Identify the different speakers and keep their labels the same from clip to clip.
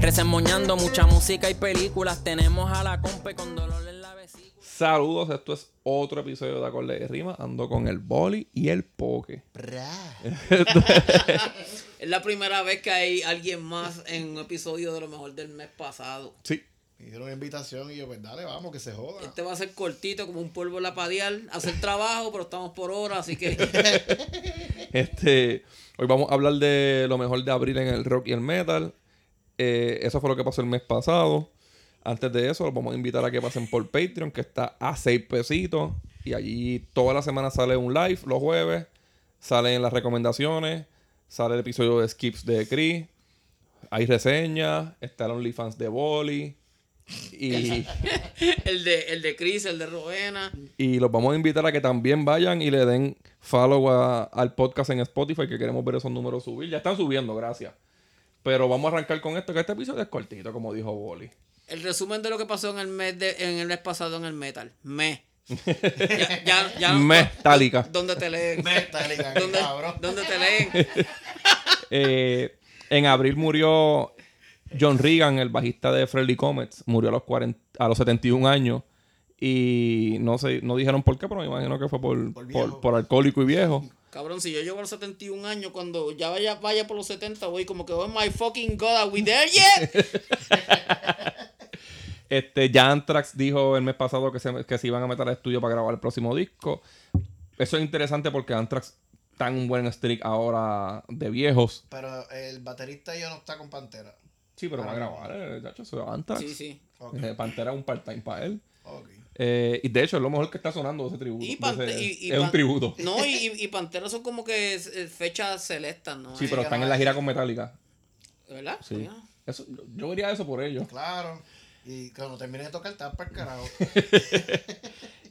Speaker 1: Resemoñando mucha música y películas. Tenemos a la compa con dolor en la vesícula.
Speaker 2: Saludos, esto es otro episodio de Acorde de Rima. Ando con el boli y el poke.
Speaker 3: Es la primera vez que hay alguien más en un episodio de lo mejor del mes pasado.
Speaker 2: Sí,
Speaker 4: Me hicieron una invitación y yo, pues dale, vamos, que se joda.
Speaker 3: Este va a ser cortito como un polvo lapadial, hacer trabajo, pero estamos por hora, así que
Speaker 2: este, hoy vamos a hablar de lo mejor de abril en el rock y el metal. Eh, eso fue lo que pasó el mes pasado. Antes de eso, los vamos a invitar a que pasen por Patreon, que está a 6 pesitos. Y allí toda la semana sale un live, los jueves. Salen las recomendaciones. Sale el episodio de Skips de Chris. Hay reseñas. Está el OnlyFans de Boli. Y.
Speaker 3: el de el de Chris, el de Rowena,
Speaker 2: Y los vamos a invitar a que también vayan y le den follow a- al podcast en Spotify, que queremos ver esos números subir. Ya están subiendo, gracias. Pero vamos a arrancar con esto, que este episodio es cortito, como dijo Boli.
Speaker 3: el resumen de lo que pasó en el mes de, en el mes pasado en el metal. Me. Ya, ya, ya-
Speaker 2: Metálica.
Speaker 3: ¿Dónde te leen?
Speaker 4: Metallica,
Speaker 3: ¿Dónde,
Speaker 4: cabrón.
Speaker 3: dónde te leen?
Speaker 2: Eh, en abril murió John Regan, el bajista de Friendly Comets. Murió a los, 40 a los 71 años. Y no sé, no dijeron por qué, pero me imagino que fue por,
Speaker 4: Por
Speaker 2: por,
Speaker 4: viejo.
Speaker 2: por alcohólico y viejo.
Speaker 3: Cabrón, si yo llego a los 71 años, cuando ya vaya, vaya por los 70, voy como que, oh my fucking god, are we there yet?
Speaker 2: Este, ya Anthrax dijo el mes pasado que se, que se iban a meter al estudio para grabar el próximo disco. Eso es interesante porque Anthrax está en un buen streak ahora de viejos.
Speaker 4: Pero el baterista ya no está con Pantera.
Speaker 2: Sí, pero va a grabar, eh, chacho, eso es Anthrax.
Speaker 3: Sí, sí.
Speaker 4: Ok,
Speaker 2: Eh, Pantera es un part-time para él.
Speaker 4: ok.
Speaker 2: Eh, y de hecho, es lo mejor que está sonando ese tributo.
Speaker 3: Y
Speaker 2: de
Speaker 3: Pante-
Speaker 2: ese-
Speaker 3: y- y
Speaker 2: es un
Speaker 3: Pan-
Speaker 2: tributo.
Speaker 3: No, y, y- y Pantera son como que es- es fechas celestas, ¿no?
Speaker 2: Sí,
Speaker 3: Eh,
Speaker 2: pero
Speaker 4: que
Speaker 2: están
Speaker 4: no
Speaker 2: en la
Speaker 4: hay-
Speaker 2: gira con Metallica.
Speaker 3: ¿Verdad?
Speaker 2: Sí.
Speaker 3: Ya.
Speaker 2: Eso, yo- yo vería eso por ellos.
Speaker 4: Claro. Y cuando termine de tocar, está para el carajo.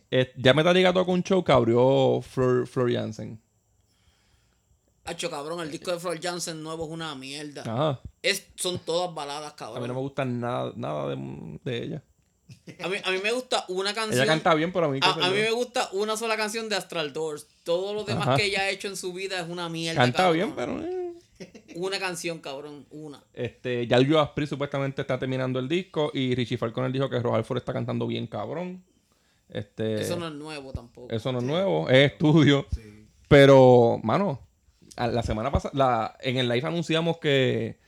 Speaker 2: Eh, ya Metallica tocó un show que abrió Flor, Flor Jansen.
Speaker 3: Hacho, cabrón, el disco de Floyd Jansen nuevo es una mierda.
Speaker 2: Ajá.
Speaker 3: Es, son todas baladas,
Speaker 2: Ah. A mí
Speaker 3: cabrón.
Speaker 2: no me gusta nada, nada de, de ella.
Speaker 3: a, mí, a mí me gusta una canción.
Speaker 2: Ella canta bien, pero a mí... qué
Speaker 3: a,
Speaker 2: sé
Speaker 3: a
Speaker 2: yo.
Speaker 3: mí me gusta una sola canción de Astral Doors. Todo lo demás
Speaker 2: Ajá.
Speaker 3: que ella ha hecho en su vida es una mierda.
Speaker 2: Canta
Speaker 3: cabrón.
Speaker 2: bien, pero. eh.
Speaker 3: Una canción, cabrón, una.
Speaker 2: Este, ya Judas Priest supuestamente está terminando el disco y Richie Falconer dijo que Rojalford está cantando bien cabrón. Este,
Speaker 3: Eso no es nuevo tampoco.
Speaker 2: eso no es nuevo, es estudio.
Speaker 4: Sí.
Speaker 2: Pero, mano, a la semana pasada, en el live anunciamos que,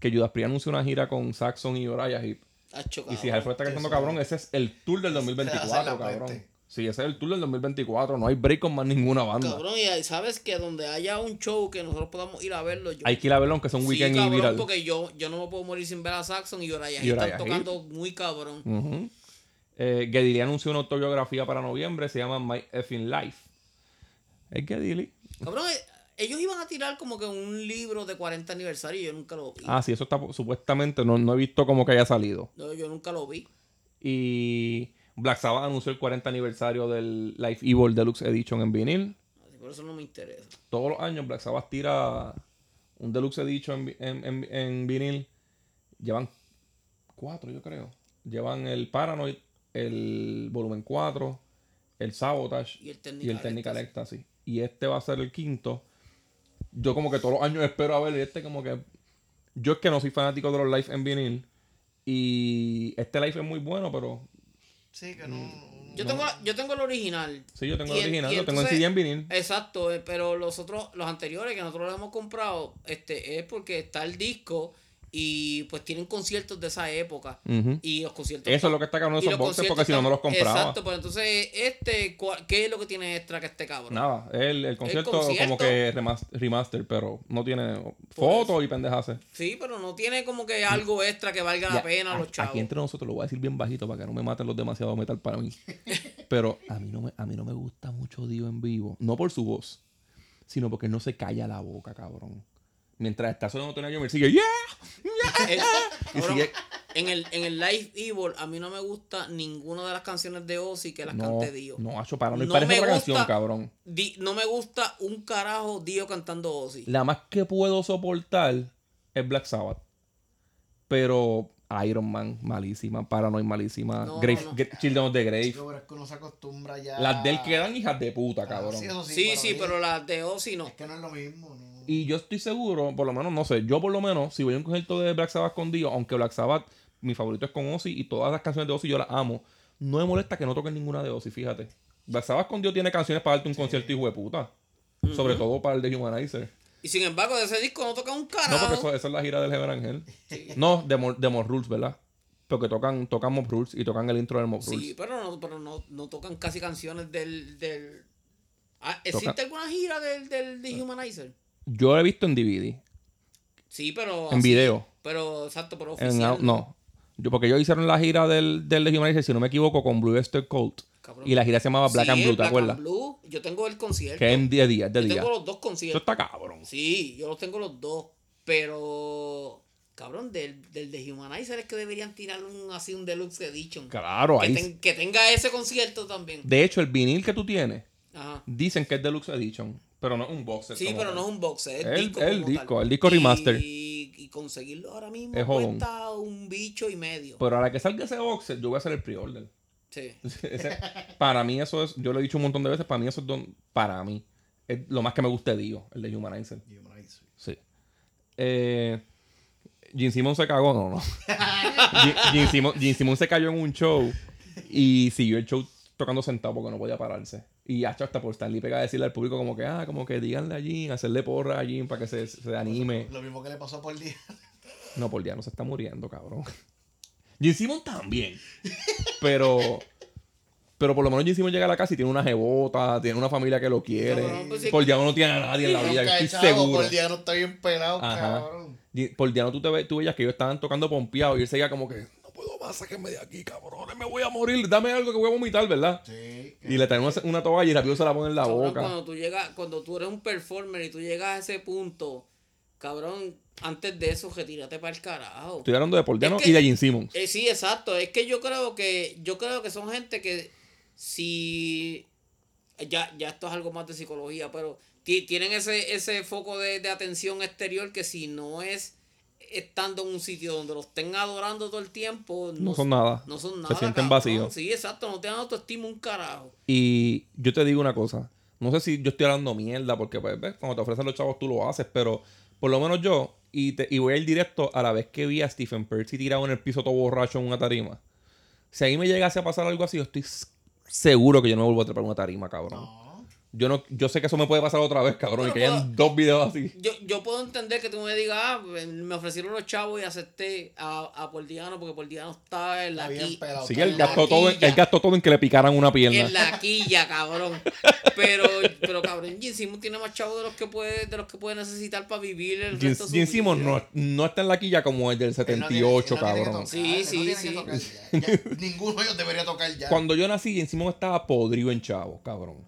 Speaker 2: que Judas Priest anunció una gira con Saxon y Uriah Heep.
Speaker 3: Hacho,
Speaker 2: Y
Speaker 3: cabrón.
Speaker 2: si Halford está cantando
Speaker 4: eso-
Speaker 2: cabrón, ese es el tour del 2024,
Speaker 4: la
Speaker 2: cabrón.
Speaker 4: peste.
Speaker 2: Sí, ese es el tour del 2024. No hay break con más ninguna banda.
Speaker 3: Cabrón, y ahí sabes que donde haya un show que nosotros podamos ir a verlo, yo.
Speaker 2: Hay que ir a verlo aunque sea un
Speaker 3: Sí,
Speaker 2: weekend
Speaker 3: cabrón,
Speaker 2: y viral.
Speaker 3: porque yo, yo no me puedo morir sin ver a Saxon y Uriah Heep
Speaker 2: Y Uriah
Speaker 3: están tocando muy cabrón.
Speaker 2: Ujú. Eh, Geddy Lee anunció una autobiografía para noviembre, se llama My Effing Life. Es Geddy Lee.
Speaker 3: Cabrón, eh, ellos iban a tirar como que un libro de 40 aniversario y yo nunca lo vi.
Speaker 2: Ah, sí, eso está pu- supuestamente, no, no he visto como que haya salido.
Speaker 3: No, yo nunca lo vi.
Speaker 2: Y Black Sabbath anunció el 40 aniversario del Life Evil Deluxe Edition en vinil.
Speaker 3: Así, Por eso no me interesa.
Speaker 2: Todos los años Black Sabbath tira un Deluxe Edition en, vi- en- en- en vinil. Llevan cuatro, yo creo. Llevan el Paranoid, el Volumen 4, el Sabotage y
Speaker 3: Y el
Speaker 2: el
Speaker 3: Technical
Speaker 2: Technical Ecstasy. Y este va a ser el quinto. Yo como que todos los años espero a ver y este como que... Yo es que no soy fanático de los live en vinil. Y este live es muy bueno, pero...
Speaker 4: Sí, que no.
Speaker 3: Yo, tengo, yo tengo el original.
Speaker 2: Sí, yo tengo el
Speaker 3: Y en-
Speaker 2: original,
Speaker 3: y
Speaker 2: lo tengo en
Speaker 3: entonces-
Speaker 2: CD en vinil.
Speaker 3: Exacto, eh, pero los otros, los anteriores que nosotros los hemos comprado, este, es porque está el disco y pues tienen conciertos de esa época.
Speaker 2: Ujú.
Speaker 3: eh, Y los conciertos.
Speaker 2: Eso es lo que está cabrón de
Speaker 3: y
Speaker 2: esos
Speaker 3: los
Speaker 2: boxes
Speaker 3: conciertos
Speaker 2: porque si no, no los
Speaker 3: están-
Speaker 2: compraba.
Speaker 3: Exacto, pero entonces, este, ¿cuál- ¿qué es lo que tiene extra que este cabrón?
Speaker 2: Nada, el, el, concierto
Speaker 3: concierto.
Speaker 2: como que remas- remaster, pero no tiene fotos y pendejas.
Speaker 3: Sí, pero no tiene como que algo extra que valga la
Speaker 2: Ya,
Speaker 3: pena a los
Speaker 2: Aquí
Speaker 3: chavos.
Speaker 2: entre nosotros lo voy a decir bien bajito para que no me maten los demasiado metal para mí. pero a mí, no me, a mí no me gusta mucho Dio en vivo. No por su voz, sino porque él no se calla la boca, cabrón. Mientras está sonando Tony Iommi, él sigue, ¡yeah!
Speaker 3: Eh,
Speaker 2: Y
Speaker 3: cabrón,
Speaker 2: sigue,
Speaker 3: en el, en el Live Evil, a mí no me gusta ninguna de las canciones de Ozzy que las
Speaker 2: No,
Speaker 3: cante Dio.
Speaker 2: no, hacho, para no, y
Speaker 3: No
Speaker 2: parece
Speaker 3: me
Speaker 2: otra canción,
Speaker 3: gusta.
Speaker 2: cabrón.
Speaker 3: Di- no me gusta un carajo Dio cantando Ozzy.
Speaker 2: La más que puedo soportar es Black Sabbath. Pero Iron Man, malísima. Paranoid, malísima.
Speaker 3: No,
Speaker 2: Grave,
Speaker 3: no, no.
Speaker 2: Gra- Children of the Grave.
Speaker 4: Yo, pero es que uno se acostumbra ya. Ah,
Speaker 2: Las del que eran hijas de puta, cabrón.
Speaker 4: Sí, eso sí,
Speaker 3: Sí,
Speaker 4: para
Speaker 3: sí,
Speaker 4: mí.
Speaker 3: pero las de Ozzy no.
Speaker 4: Es que no es lo mismo, ¿no?
Speaker 2: Y yo estoy seguro, por lo menos, no sé, yo por lo menos, si voy a un concierto de Black Sabbath con Dio, aunque Black Sabbath, mi favorito es con Ozzy y todas las canciones de Ozzy yo las amo, no me molesta que no toquen ninguna de Ozzy, fíjate. Black Sabbath con Dio tiene canciones para darte un concierto hijo de puta. Sobre todo para el de Humanizer.
Speaker 3: Y sin embargo, de ese disco no toca un
Speaker 2: No, porque
Speaker 3: carajo.
Speaker 2: eso, esa es la gira del Heaven Angel. No, de, Mo- de Mob Rules, ¿verdad? Porque tocan, tocan Mob Rules y tocan el intro del Mob Rules.
Speaker 3: sí, pero no, pero no, no tocan casi canciones del. del... Ah, ¿Existe
Speaker 2: Toca- Ah.
Speaker 3: alguna gira del, del de Humanizer?
Speaker 2: Yo lo he visto en DVD,
Speaker 3: Oh, Sí, pero.
Speaker 2: en
Speaker 3: así-
Speaker 2: video.
Speaker 3: Pero, exacto, pero
Speaker 2: En
Speaker 3: oficial.
Speaker 2: au- no. Yo, porque ellos hicieron la gira del, del de Humanizer, si no me equivoco, con Blue Esther Colt.
Speaker 3: Cabrón.
Speaker 2: Y la gira se llamaba Black
Speaker 3: Sí,
Speaker 2: and Blue, ¿te
Speaker 3: Black and
Speaker 2: acuerdas?
Speaker 3: Blue. Yo tengo el concierto.
Speaker 2: Que es en día a día, es de
Speaker 3: Yo
Speaker 2: día.
Speaker 3: tengo los dos
Speaker 2: Eso
Speaker 3: conciertos.
Speaker 2: está cabrón.
Speaker 3: Sí, yo los tengo los dos. Pero, cabrón, del, del de Humanizer es que deberían tirar un, así un Deluxe Edition.
Speaker 2: Claro,
Speaker 3: que,
Speaker 2: ahí.
Speaker 3: ten- que tenga ese concierto también.
Speaker 2: De hecho, el vinil que tú tienes,
Speaker 3: Ajá.
Speaker 2: dicen que es Deluxe Edition, pero no es un box set
Speaker 3: Sí,
Speaker 2: como
Speaker 3: pero
Speaker 2: tal.
Speaker 3: no es un box set, es
Speaker 2: El-
Speaker 3: disco.
Speaker 2: el
Speaker 3: como tal.
Speaker 2: disco, el disco
Speaker 3: Y-
Speaker 2: remaster.
Speaker 3: Y, y conseguirlo ahora mismo
Speaker 2: Es jodón. Pues,
Speaker 3: cuesta un bicho y medio.
Speaker 2: Pero a la que salga ese box set, yo voy a hacer el pre-order.
Speaker 3: Sí.
Speaker 2: Ese- para mí eso es, yo lo he dicho un montón de veces, para mí eso es don- para mí. Es lo más que me gusta de Dio, el de Humanizer.
Speaker 4: Y yo, maíz, sí.
Speaker 2: Sí. Eh, Gene Simmons se cagó, no, no. Gene- Gene Simmons, Gene Simmons se cayó en un show y siguió el show tocando sentado porque no podía pararse. Y hasta hasta por Stanley pega a decirle al público como que, ah, como que díganle a Gene, hacerle porra a Gene para que se, se anime.
Speaker 4: Lo mismo que le pasó por día.
Speaker 2: No, por día no se está muriendo, cabrón. Gene Simmons también. Pero. Pero por lo menos Gene Simmons llega a la casa y tiene una jebota, tiene una familia que lo quiere.
Speaker 3: Cabrón, pues sí.
Speaker 2: Por día no tiene a nadie en la vida,
Speaker 4: Nunca
Speaker 2: estoy
Speaker 4: he echado,
Speaker 2: seguro.
Speaker 4: Por día no está bien pelado,
Speaker 2: Ajá.
Speaker 4: cabrón.
Speaker 2: Y Por día no tú, te ve- tú veías que ellos estaban tocando pompeado y él seguía como que, no puedo más, sáquenme de aquí, cabrones, me voy a morir, dame algo que voy a vomitar, ¿verdad?
Speaker 4: Sí.
Speaker 2: Y le traen una, una toalla y rápido se la pone en la
Speaker 3: Cabrón,
Speaker 2: boca.
Speaker 3: Cuando tú llegas, cuando tú eres un performer y tú llegas a ese punto, cabrón, antes de eso, retírate para el carajo.
Speaker 2: Estoy hablando de por día
Speaker 3: Es
Speaker 2: no
Speaker 3: que-
Speaker 2: y de Gene Simmons.
Speaker 3: Eh, sí, exacto. Es que yo creo que, yo creo que son gente que si ya, ya esto es algo más de psicología, pero ti- tienen ese, ese foco de, de atención exterior que si no es estando en un sitio donde los estén adorando todo el tiempo,
Speaker 2: No son nada.
Speaker 3: No son
Speaker 2: Se
Speaker 3: nada.
Speaker 2: sienten
Speaker 3: cabrón.
Speaker 2: vacíos.
Speaker 3: Sí, exacto, no te dan autoestima un carajo.
Speaker 2: Y yo te digo una cosa. No sé si yo estoy hablando mierda, porque pues, ves, cuando te ofrecen los chavos tú lo haces, pero por lo menos yo, y, te, y voy al directo a la vez que vi a Stephen Percy tirado en el piso todo borracho en una tarima. Si a mí me llegase a pasar algo así, yo estoy s- seguro que yo no me vuelvo a trepar en una tarima, cabrón.
Speaker 4: No.
Speaker 2: Yo no, yo sé que eso me puede pasar otra vez, cabrón, y
Speaker 3: Pero
Speaker 2: que hayan
Speaker 3: puedo-
Speaker 2: dos videos así.
Speaker 3: Yo, yo puedo entender que tú me digas, ah, me ofrecieron los chavos y acepté a, a Pordiano porque Pordiano estaba en la,
Speaker 4: Está bien
Speaker 3: qui-
Speaker 4: pelado.
Speaker 2: Sí,
Speaker 4: está
Speaker 2: él
Speaker 4: bien
Speaker 2: gastó, todo en,
Speaker 3: taquilla.
Speaker 2: él gastó todo en que le picaran una pierna.
Speaker 3: en la quilla, cabrón. Pero, pero cabrón, Gene Simmons tiene más chavos de los que puede, de los que puede necesitar para vivir el
Speaker 2: Gene
Speaker 3: resto de su
Speaker 2: Gene Simmons
Speaker 3: vida.
Speaker 2: no, no está en la quilla como el del
Speaker 4: Él no tiene- él
Speaker 2: 78,
Speaker 4: no tiene que
Speaker 2: cabrón.
Speaker 4: tocar,
Speaker 3: Sí,
Speaker 4: él no
Speaker 3: sí,
Speaker 4: tiene que
Speaker 3: sí.
Speaker 4: tocar ya, ya. Ninguno de ellos debería tocar ya.
Speaker 2: Cuando yo nací, Gene Simmons estaba podrido en chavo, cabrón.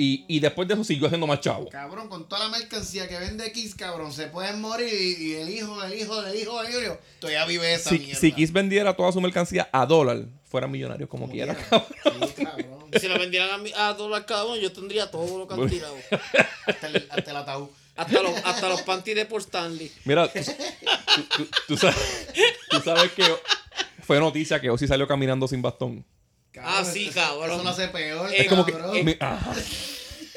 Speaker 2: Y, y después de eso siguió haciendo más chavo.
Speaker 4: Cabrón, con toda la mercancía que vende X, cabrón, se pueden morir y, y el hijo, el hijo, el hijo, el hijo, todavía vive esa
Speaker 2: Si,
Speaker 4: mierda.
Speaker 2: si Kiss vendiera toda su mercancía a dólar, fueran millonarios como, quiera.
Speaker 4: cabrón. Sí, cabrón.
Speaker 3: Si la vendieran a, mí, a dólar cada uno, yo tendría todo lo que han tirado.
Speaker 4: Hasta el, hasta el ataúd.
Speaker 3: Hasta los, hasta los panties de por Stanley.
Speaker 2: Mira, tú, tú- tú- tú sabes, tú sabes que fue noticia que Ozzy salió caminando sin bastón.
Speaker 3: Ah, sí,
Speaker 4: eso-
Speaker 3: cabrón.
Speaker 4: Eso no hace peor,
Speaker 3: Es
Speaker 2: Es como que...
Speaker 4: cabrón.
Speaker 2: mi- ajá.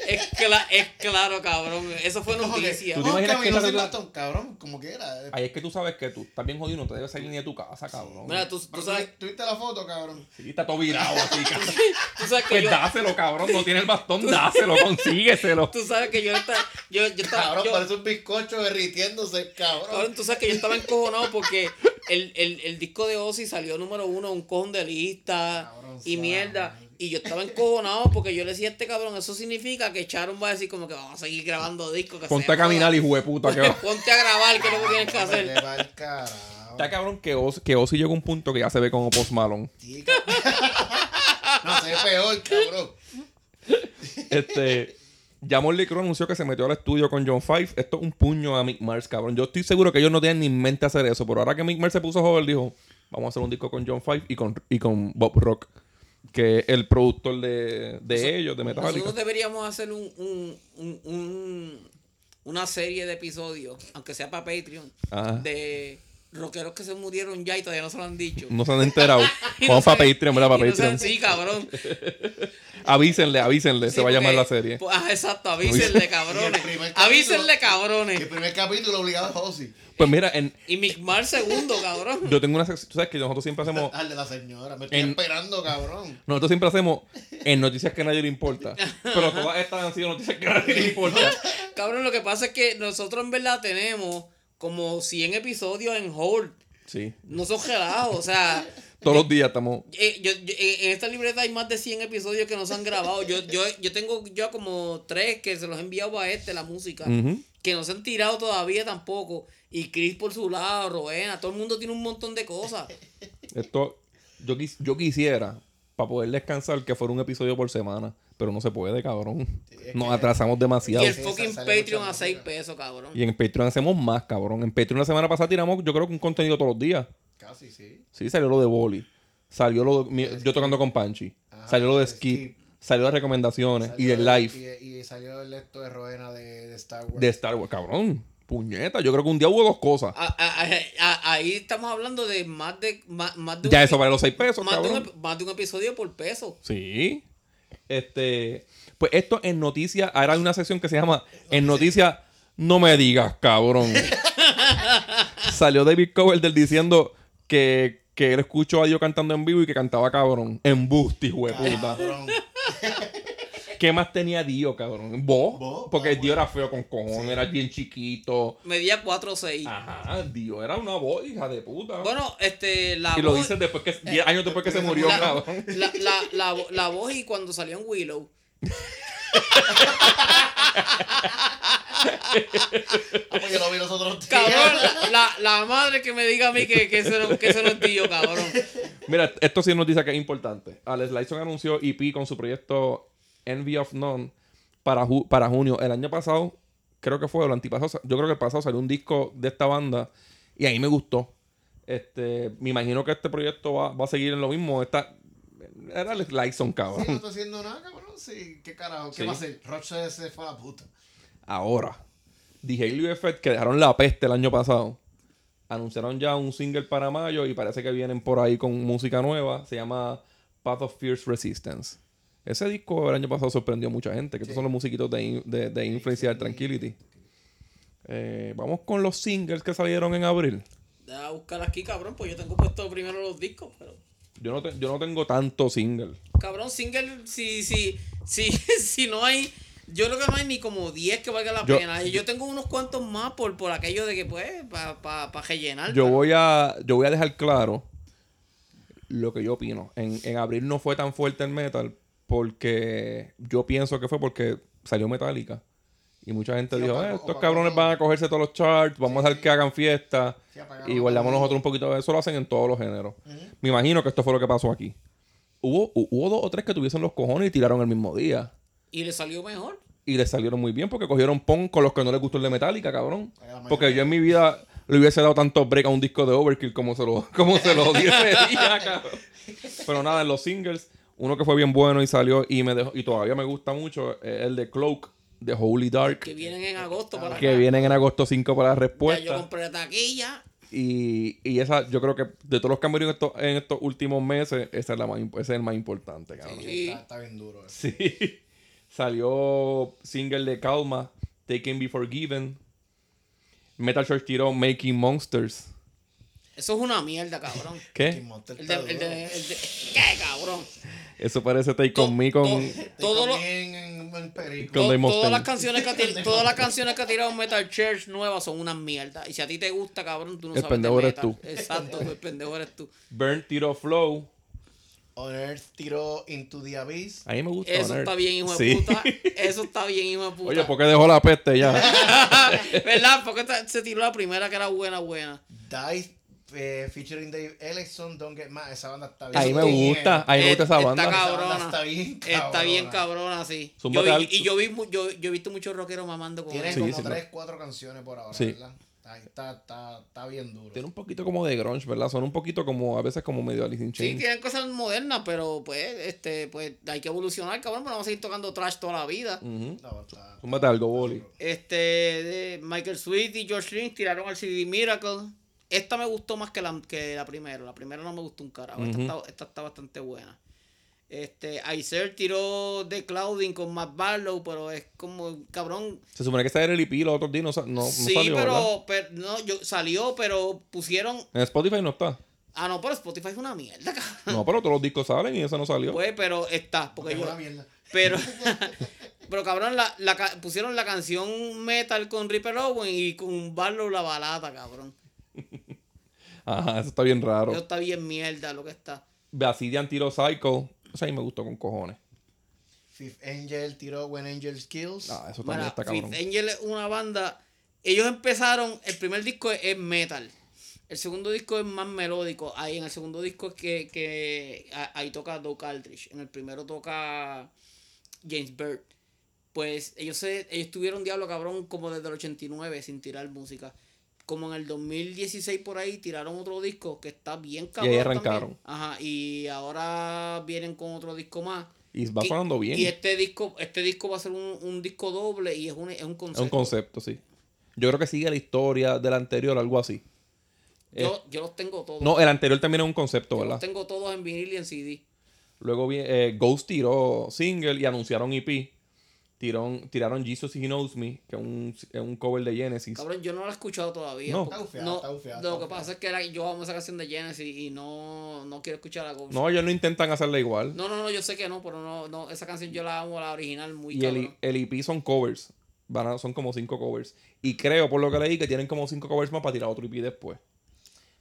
Speaker 3: Es, cla- es claro, cabrón. Eso fue
Speaker 4: Como que,
Speaker 3: noticia.
Speaker 2: ¿Tú te imaginas
Speaker 4: oh,
Speaker 2: que
Speaker 4: caminó
Speaker 2: esa
Speaker 4: sin
Speaker 2: duda-
Speaker 4: bastón, cabrón, como quiera.
Speaker 2: Ahí es que tú sabes que tú estás bien jodido, no te debes salir ni de tu casa, cabrón.
Speaker 3: Mira, tú, tú
Speaker 4: Pero
Speaker 3: sabes,
Speaker 4: tú viste la foto, cabrón.
Speaker 2: Sí, está todo virado así, cabrón.
Speaker 3: tú sabes que
Speaker 2: Pues
Speaker 3: yo...
Speaker 2: dáselo, cabrón. No tiene el bastón, dáselo, consígueselo.
Speaker 3: Tú sabes que yo estaba... Yo, yo estaba-
Speaker 4: Cabrón,
Speaker 3: yo-
Speaker 4: parece un bizcocho derritiéndose,
Speaker 3: Cabrón,
Speaker 4: cabrón.
Speaker 3: tú sabes que yo estaba encojonado porque el, el- el disco de Ozzy salió número uno, un cojón de lista
Speaker 4: Cabrón,
Speaker 3: y
Speaker 4: suave.
Speaker 3: mierda. Y yo estaba encojonado porque yo le decía a este cabrón, eso significa que Sharon va a decir como que vamos a seguir grabando discos. que
Speaker 2: Ponte
Speaker 3: se
Speaker 2: a caminar,
Speaker 3: joda".
Speaker 2: hijo de puta. Que va.
Speaker 3: Ponte a grabar, que es lo que tienes que
Speaker 4: Hombre,
Speaker 3: hacer.
Speaker 4: va al carajo.
Speaker 2: Está cabrón que Ozzy, que Ozzy llega a un punto que ya se ve como Post Malone.
Speaker 4: Sí, cabrón. No sé, peor, cabrón.
Speaker 2: Este, ya Morley Crow anunció que se metió al estudio con John Five. Esto es un puño a Mick Mars, cabrón. Yo estoy seguro que ellos no tenían ni en mente hacer eso, pero ahora que Mick Mars se puso joven, dijo, Vamos a hacer un disco con John Five y con, y con Bob Rock, que es el productor de, de ellos, de Metallica.
Speaker 3: Nosotros deberíamos hacer un, un, un- un- una serie de episodios, aunque sea para Patreon,
Speaker 2: Ajá.
Speaker 3: de rockeros que se murieron ya y todavía no se lo han dicho.
Speaker 2: No se han enterado.
Speaker 3: Y
Speaker 2: Vamos
Speaker 3: no
Speaker 2: para
Speaker 3: se-
Speaker 2: Patreon, ¿verdad? Para
Speaker 3: y no se-
Speaker 2: Patreon.
Speaker 3: sí, cabrón.
Speaker 2: Avísenle, avísenle.
Speaker 3: Sí,
Speaker 2: se va a llamar
Speaker 3: porque-
Speaker 2: la serie.
Speaker 3: pues, ah, exacto, avísenle, cabrones.
Speaker 4: Y el primer capítulo-
Speaker 3: Avísenle,
Speaker 4: El
Speaker 3: cabrones.
Speaker 4: primer capítulo obligado es Josie.
Speaker 2: Pues mira, en,
Speaker 3: Y Mick Mar segundo, cabrón.
Speaker 2: yo tengo una sección. Tú sabes que nosotros siempre hacemos.
Speaker 4: Al de la señora. Me estoy
Speaker 2: En-
Speaker 4: esperando, cabrón.
Speaker 2: Nosotros siempre hacemos en noticias que a nadie le importa. Pero todas estas han sido noticias que a nadie le importa.
Speaker 3: Cabrón, lo que pasa es que nosotros en verdad tenemos como 100 episodios en hold.
Speaker 2: Sí.
Speaker 3: No son relados, o sea,
Speaker 2: Todos los días estamos.
Speaker 3: eh, yo- yo- en en esta libreta hay más de 100 episodios que nos han grabado. Yo, yo, yo tengo ya como tres que se los he enviado a este, la música,
Speaker 2: Ujú.
Speaker 3: que no se han tirado todavía tampoco. Y Chris por su lado, Roena, todo el mundo tiene un montón de cosas.
Speaker 2: Esto, yo, quis- yo quisiera, para poder descansar, que fuera un episodio por semana. Pero no se puede, cabrón.
Speaker 4: es
Speaker 2: Nos
Speaker 4: que-
Speaker 2: atrasamos
Speaker 3: Y
Speaker 2: demasiado.
Speaker 3: el
Speaker 4: sí,
Speaker 3: fucking
Speaker 4: sale mucha
Speaker 3: Patreon a 6
Speaker 4: música.
Speaker 3: pesos, cabrón.
Speaker 2: Y en Patreon hacemos más, cabrón. En Patreon la semana pasada tiramos, yo creo que un contenido todos los días.
Speaker 4: Casi, sí.
Speaker 2: Sí, salió lo de Boli. Salió lo de, mi- yo tocando con Panchi.
Speaker 4: Ah,
Speaker 2: salió lo de
Speaker 4: el
Speaker 2: Skip.
Speaker 4: Skip.
Speaker 2: Salió las recomendaciones. y del
Speaker 4: Salió-
Speaker 2: live
Speaker 4: Y, y salió el esto de Roena de, de Star Wars.
Speaker 2: de Star Wars. Cabrón, puñeta. Yo creo que un día hubo dos cosas.
Speaker 3: A- a- a- a- ahí estamos hablando de más de más, más de un
Speaker 2: ya
Speaker 3: epi-
Speaker 2: eso vale los seis pesos,
Speaker 3: más de, un,
Speaker 2: cabrón.
Speaker 3: ep- más de un episodio por peso.
Speaker 2: Sí. Este. Pues esto en noticias. Ahora hay una sección que se llama En noticias. No me digas, cabrón. Salió David Coverdale diciendo que, que él escuchó a Dios cantando en vivo y que cantaba cabrón. En busti, puta.
Speaker 4: Cabrón.
Speaker 2: ¿Qué más tenía Dio, cabrón? ¿Vos?
Speaker 4: Vos,
Speaker 2: Porque
Speaker 4: ah,
Speaker 2: Dio era feo con cojones, era bien chiquito.
Speaker 3: Medía 4 o 6.
Speaker 2: Ah. Ajá, Dio era una voz, hija de puta.
Speaker 3: Bueno, este, la
Speaker 2: y lo
Speaker 3: voz-
Speaker 2: dices después que, 10 años después que se murió,
Speaker 3: la,
Speaker 2: cabrón.
Speaker 3: la, la, la, vo- la voz y cuando salió en Willow.
Speaker 4: Ah, pues yo lo vi los otros días.
Speaker 3: Cabrón, la, la, la madre que me diga a mí que, que eso no- que eso no es tío, cabrón.
Speaker 2: Mira, esto sí nos dice que es importante. Alex Lyson anunció EP con su proyecto Envy of None para, ju- para junio. El año pasado, creo que fue, o el antipasado, sa- yo creo que el pasado salió un disco de esta banda y ahí me gustó. Este, me imagino que este proyecto va, va a seguir en lo mismo. Esta, era Alex Lyson,
Speaker 4: Sí, no
Speaker 2: cabrón.
Speaker 4: está haciendo nada, cabrón. Sí, qué carajo. ¿Qué
Speaker 2: Sí.
Speaker 4: va a hacer? Roche se fue a la puta.
Speaker 2: Ahora, DJ Lee Effect, que dejaron la peste el año pasado, anunciaron ya un single para mayo y parece que vienen por ahí con música nueva. Se llama Path of Fierce Resistance. Ese disco el año pasado sorprendió a mucha gente, que estos son los musiquitos de, In- de, de Influencial Tranquility. Eh, vamos con los singles que salieron en abril.
Speaker 3: Deja buscar aquí, cabrón, pues yo tengo puesto primero los discos, pero.
Speaker 2: Yo no, te- yo no tengo tanto single.
Speaker 3: Cabrón, single, si, si, si, si no hay. Yo creo que no hay ni como 10 que valga la
Speaker 2: Yo-
Speaker 3: pena. Y Yo tengo unos cuantos más por, por aquello de que, pues, para pa, pa rellenar.
Speaker 2: Yo
Speaker 3: pa-
Speaker 2: voy a, yo voy a dejar claro lo que yo opino. En, en abril no fue tan fuerte el metal porque yo pienso que fue porque salió Metallica. Y mucha gente
Speaker 4: Sí,
Speaker 2: dijo,
Speaker 4: apagó-
Speaker 2: "Eh, estos
Speaker 4: apagó
Speaker 2: cabrones
Speaker 4: todo".
Speaker 2: van a cogerse todos los charts, vamos a dejar que hagan fiesta
Speaker 4: Sí, apagaron
Speaker 2: y guardamos
Speaker 4: todo.
Speaker 2: nosotros un poquito de eso. Lo hacen en todos los géneros. Me imagino que esto fue lo que pasó aquí. Hubo, hu- hubo dos o tres que tuviesen los cojones y tiraron el mismo día.
Speaker 3: Y le salió mejor.
Speaker 2: Y les salieron muy bien porque cogieron pon con los que no les gustó el de Metallica, cabrón.
Speaker 4: Ay, la mayoría.
Speaker 2: Porque yo en mi vida le hubiese dado tanto break a un disco de Overkill como se lo, como se lo di ese día, cabrón. Pero nada, en los singles, uno que fue bien bueno y salió y me dejó, y todavía me gusta mucho, es el de Cloak, de Holy Dark,
Speaker 3: Que vienen en agosto para
Speaker 2: que
Speaker 3: acá.
Speaker 2: vienen en agosto 5 para la
Speaker 3: Ya yo
Speaker 2: respuesta.
Speaker 3: compré la taquilla.
Speaker 2: Y, y esa, yo creo que de todos los que han venido en estos, en estos últimos meses, esa es la más, imp- ese es el más importante, cabrón.
Speaker 3: Sí.
Speaker 4: Está, está bien duro. eso.
Speaker 2: Sí. Salió single de Calma, They Can Be Forgiven. Metal Church tiró Making Monsters.
Speaker 3: Eso es una mierda, cabrón.
Speaker 4: Team
Speaker 2: ¿Qué?
Speaker 4: Monster
Speaker 3: El de,
Speaker 4: está
Speaker 3: el
Speaker 4: duro.
Speaker 3: de, el de- ¿Qué, cabrón?
Speaker 2: Eso parece Take
Speaker 3: To-
Speaker 2: On Me con...
Speaker 3: to-
Speaker 4: Estoy
Speaker 3: todo lo-
Speaker 4: también en, en perico.
Speaker 2: Con
Speaker 3: to-
Speaker 2: Dave Mustaine.
Speaker 3: todas las canciones que ha tirado, todas las canciones que ha tirado Metal Church nuevas son una mierda. Y si a ti te gusta, cabrón, tú no
Speaker 2: El
Speaker 3: sabes de
Speaker 2: pendejo eres
Speaker 3: metal.
Speaker 2: tú.
Speaker 3: Exacto, el pendejo eres tú.
Speaker 2: Burn tiró Flow.
Speaker 4: On Earth tiró Into the Abyss.
Speaker 2: A mí me gusta.
Speaker 3: Eso
Speaker 2: On
Speaker 3: está
Speaker 2: Earth.
Speaker 3: bien, hijo de
Speaker 2: Sí.
Speaker 3: puta. Eso está bien, hijo de puta.
Speaker 2: Oye, ¿por qué dejó la peste ya?
Speaker 3: ¿Verdad? Porque esta- se tiró la primera que era buena, buena.
Speaker 4: Dice eh, featuring Dave Ellison. Don't Get Mad. Esa banda está bien.
Speaker 2: Ahí me
Speaker 4: bien.
Speaker 2: gusta. Ahí me gusta esa
Speaker 3: Está
Speaker 2: banda.
Speaker 3: cabrón.
Speaker 4: Esa
Speaker 3: cabrona.
Speaker 4: banda Está bien cabrona.
Speaker 3: Está bien cabrona, sí.
Speaker 2: Zumba
Speaker 3: Yo vi-
Speaker 2: tal-
Speaker 3: y yo vi mu- yo, yo he visto muchos rockeros mamando con
Speaker 4: Tiene
Speaker 3: eso.
Speaker 2: Sí,
Speaker 4: como
Speaker 2: sí,
Speaker 4: tres, cuatro canciones por ahora,
Speaker 2: Sí.
Speaker 4: ¿verdad? Está ahí está, está, está bien duro.
Speaker 2: Tiene un poquito como de grunge, ¿verdad? Son un poquito como, a veces como medio Alice in
Speaker 3: Sí,
Speaker 2: Chains.
Speaker 3: tienen cosas modernas, pero pues, este, pues hay que evolucionar, cabrón, pero vamos a seguir tocando trash toda la vida.
Speaker 2: Ujú.
Speaker 4: No, está-
Speaker 2: Súmate algo, Boli.
Speaker 3: Este, de Michael Sweet y George Lynch tiraron al CD Miracle. Esta me gustó más que la, que la primera. La primera no me gustó un carajo. esta,
Speaker 2: Ujú.
Speaker 3: está, esta está bastante buena. Este, Aizer tiró The Clouding con Matt Barlow, pero es como, cabrón.
Speaker 2: Se supone que ese era el EP, los otros días no, sa- no, no
Speaker 3: sí,
Speaker 2: salió, ¿verdad?
Speaker 3: pero, pero no, yo, salió, pero pusieron.
Speaker 2: En Spotify no está.
Speaker 3: Ah, no, pero Spotify es una mierda, cabrón.
Speaker 2: No, pero todos los discos salen y ese no salió.
Speaker 3: Pues, pero está, porque
Speaker 4: es
Speaker 3: yo.
Speaker 4: una mierda.
Speaker 3: Pero, pero cabrón, la, la ca- pusieron la canción metal con Ripper Owen y con Barlow la balada, cabrón.
Speaker 2: Ajá, eso está bien raro.
Speaker 3: Eso está bien mierda lo que está.
Speaker 2: Así de Antiro Psycho. Esa ahí me gustó con cojones.
Speaker 4: Fifth Angel tiró When Angel Skills.
Speaker 2: Ah, eso también
Speaker 3: Mira,
Speaker 2: está
Speaker 3: Fifth
Speaker 2: cabrón.
Speaker 3: Angel es una banda. Ellos empezaron, el primer disco es, es metal. El segundo disco es más melódico. Ahí en el segundo disco es que, que a- ahí toca Doug Aldrich. En el primero toca James Bird. Pues ellos se, ellos tuvieron diablo cabrón como desde el 89 sin tirar música. Como en el 2016 por ahí tiraron otro disco que está bien cabrón. también.
Speaker 2: arrancaron.
Speaker 3: Ajá. Y ahora vienen con otro disco más.
Speaker 2: Y va
Speaker 3: Y-
Speaker 2: sonando bien.
Speaker 3: Y este disco, este disco va a ser un, un disco doble y es un, es un
Speaker 2: Es
Speaker 3: concepto.
Speaker 2: un concepto, sí. Yo creo que sigue la historia del anterior, algo así.
Speaker 3: Yo, yo los tengo todos.
Speaker 2: Eh, No, el anterior también era un concepto,
Speaker 3: yo los
Speaker 2: ¿verdad?
Speaker 3: tengo todos en vinil y en CD.
Speaker 2: Luego vi- eh, Ghost tiró single y anunciaron EP. Tiraron, tiraron Jesus He Knows Me, que es un, es un cover de Genesis.
Speaker 3: Cabrón, yo no lo he escuchado todavía.
Speaker 2: No.
Speaker 3: porque-
Speaker 4: Está bufeada,
Speaker 3: no,
Speaker 4: está bufeada,
Speaker 3: Lo
Speaker 4: está
Speaker 3: que
Speaker 4: bufeada.
Speaker 3: pasa es que la- yo amo esa canción de Genesis y no, no quiero escuchar la Ghost.
Speaker 2: No, ellos no intentan hacerla igual.
Speaker 3: no, no, no, yo sé que no, pero no, no, esa canción yo la amo, la original, muy
Speaker 2: y el, E,
Speaker 3: cabrón.
Speaker 2: el EP son covers. Van a- son como cinco covers. Y creo, por lo que leí, que tienen como cinco covers más para tirar otro EP después.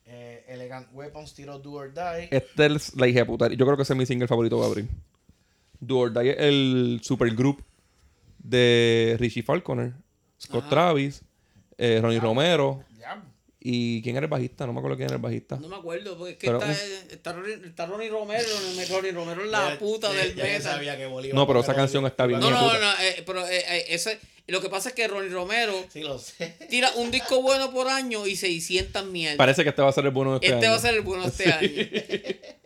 Speaker 4: Eh, Elegant Weapons tiró Do or Die.
Speaker 2: Esta Este es la hija de puta. Yo creo que ese es mi single favorito de abril. Do or Die es el supergroup de Richie Falconer, Scott
Speaker 3: Ajá.
Speaker 2: Travis, eh, Ronnie Romero.
Speaker 4: Ya.
Speaker 2: ¿Y quién era el bajista? No me acuerdo quién era el bajista.
Speaker 3: No me acuerdo, porque es que
Speaker 2: Pero
Speaker 3: está,
Speaker 2: un-
Speaker 3: está, Ronnie, está Ronnie Romero, Ronnie- Ronnie Romero es la
Speaker 4: Ya-
Speaker 3: puta
Speaker 4: ya-
Speaker 3: del
Speaker 4: ya yo
Speaker 3: metal.
Speaker 4: sabía que Bolívar
Speaker 2: No, pero
Speaker 4: era
Speaker 2: esa
Speaker 4: un-
Speaker 2: canción está bien
Speaker 3: No, no,
Speaker 2: puta.
Speaker 3: no, eh, pero eh, eh, ese, lo que pasa es que Ronnie Romero
Speaker 4: Sí, lo sé.
Speaker 3: tira un disco bueno por año y 600 mierdas.
Speaker 2: Parece que este va a ser el bueno de este,
Speaker 3: este va a
Speaker 2: año.
Speaker 3: ser el bueno este año.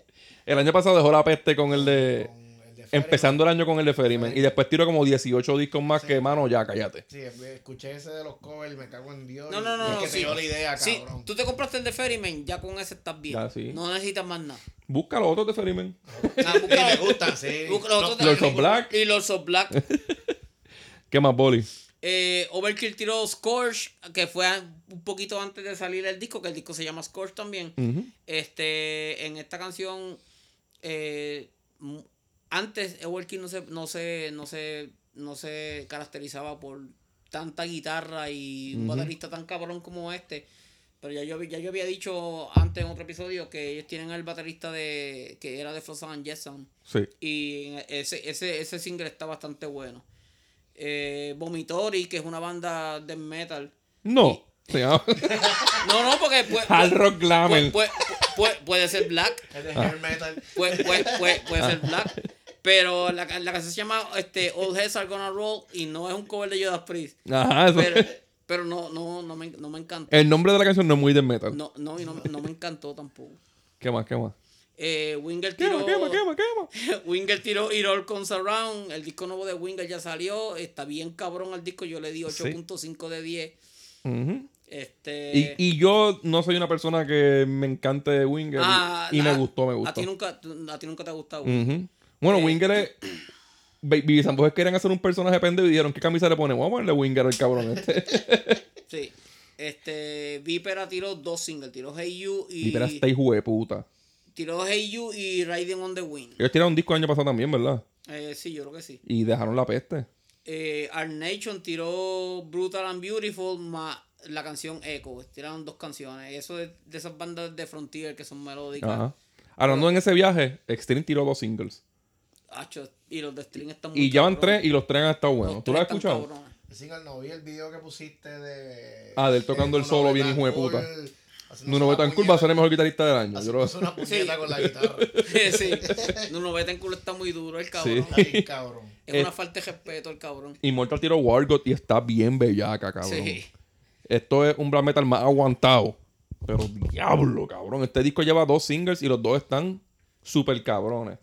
Speaker 2: El año pasado dejó la peste con el de...
Speaker 4: Con el de Ferryman.
Speaker 2: Eh, Empezando el año con el de Ferryman. Y después tiró como 18 discos más que, mano, ya, cállate.
Speaker 4: Sí, escuché ese de los covers, me cago en Dios.
Speaker 3: No, no, no,
Speaker 4: Es
Speaker 3: no,
Speaker 4: que
Speaker 3: sí.
Speaker 4: se dio la idea,
Speaker 3: Sí,
Speaker 4: cabrón.
Speaker 3: tú te compraste el de Ferryman, ya con ese estás bien.
Speaker 2: Ya, sí.
Speaker 3: No necesitas más nada.
Speaker 2: Busca los otros de Ferryman.
Speaker 3: Ah,
Speaker 4: Y
Speaker 3: busca-
Speaker 4: me gustan, sí.
Speaker 3: busca los otros
Speaker 4: No,
Speaker 3: de-
Speaker 2: Lords of Black.
Speaker 3: Y Lords of Black.
Speaker 2: ¿Qué más, Boli?
Speaker 3: Eh, Overkill tiró Scorch, que fue a- un poquito antes de salir el disco, que el disco se llama Scorch también.
Speaker 2: Ujú.
Speaker 3: Este, en esta canción, eh, m- antes Overkill no se, no se, no se, no se caracterizaba por tanta guitarra y un
Speaker 2: Ujú.
Speaker 3: baterista tan cabrón como este. Pero ya yo, ya yo había dicho antes en otro episodio que ellos tienen el baterista de que era de Frozen and Jetson.
Speaker 2: Sí.
Speaker 3: Y ese, ese, ese single está bastante bueno. Eh, Vomitori, que es una banda de metal.
Speaker 2: No. Se llama
Speaker 3: No, no, porque puede,
Speaker 2: Hard Rock Glamour.
Speaker 3: puede, puede- puede- puede ser black.
Speaker 4: Es de
Speaker 2: Ah.
Speaker 4: hair metal.
Speaker 3: Puede, puede- puede- puede ser black. pues, Pero la, ca- la canción se llama este, All Heads Are Gonna Roll y no es un cover de Judas Priest.
Speaker 2: Ajá, eso.
Speaker 3: pues, Pero, pero no, no, no, me, no me encantó.
Speaker 2: El nombre de la canción no es muy de metal.
Speaker 3: No, no, y no, no me encantó tampoco.
Speaker 2: ¿Qué más, qué más?
Speaker 3: Eh, Winger
Speaker 2: ¿Qué más,
Speaker 3: tiró-
Speaker 2: qué más, qué más, qué más?
Speaker 3: Winger tiró It All Comes Around. El disco nuevo de Winger ya salió. Está bien cabrón el disco. Yo le di 8.5 de 10.
Speaker 2: Ujú.
Speaker 3: Este.
Speaker 2: Y, y yo no soy una persona que me encante Winger. y-
Speaker 3: ah,
Speaker 2: y me
Speaker 3: la-
Speaker 2: gustó, Mm. me
Speaker 3: A
Speaker 2: gustó.
Speaker 3: ti nunca, tú- a ti nunca te ha gustado.
Speaker 2: Ujú. Bueno,
Speaker 3: Eh,
Speaker 2: Winger es. Baby Sambo querían hacer un personaje pendejo y dijeron: ¿Qué camisa le ponemos? Vamos a ponerle Winger al cabrón este.
Speaker 3: Sí. Este. Vipera tiró dos singles. Tiró Hey You y.
Speaker 2: Y pero este hijo de puta.
Speaker 3: Tiró Hey You y Riding on the Wind.
Speaker 2: Ellos tiraron un disco el año pasado también, ¿verdad?
Speaker 3: Eh, sí, yo creo que sí.
Speaker 2: Y dejaron la peste.
Speaker 3: Eh, Our Nation tiró Brutal and Beautiful más la canción Echo. Tiraron dos canciones. Eso de, de esas bandas de Frontier que son melódicas.
Speaker 2: Ajá. Hablando en ese viaje, Extreme tiró dos singles.
Speaker 3: Hacho, y los de String están muy
Speaker 2: Y ya van
Speaker 3: cabrones.
Speaker 2: tres y los tres han estado buenos.
Speaker 3: Los
Speaker 2: ¿Tú lo has
Speaker 3: tres están
Speaker 2: escuchado?
Speaker 3: cabrones.
Speaker 4: El single no vi el video que pusiste de.
Speaker 2: Ah, de él tocando el
Speaker 4: Nuno
Speaker 2: solo bien, hijo de
Speaker 4: Betancourt,
Speaker 2: puta.
Speaker 4: haciéndose
Speaker 2: Nuno
Speaker 4: una
Speaker 2: Betancourt va a ser el
Speaker 4: puñeta-
Speaker 2: mejor guitarrista del año. Yo lo
Speaker 4: haciéndose una puñeta
Speaker 3: Sí.
Speaker 4: con la guitarra.
Speaker 3: sí. Nuno culo está muy duro el cabrón.
Speaker 4: Está bien, cabrón.
Speaker 2: Eh,
Speaker 3: Es una falta de respeto el cabrón.
Speaker 2: Immortal tiró Wargot y está bien bellaca, cabrón.
Speaker 3: Sí.
Speaker 2: Esto es un black metal más aguantado. Pero diablo, cabrón. Este disco lleva dos singles y los dos están súper cabrones.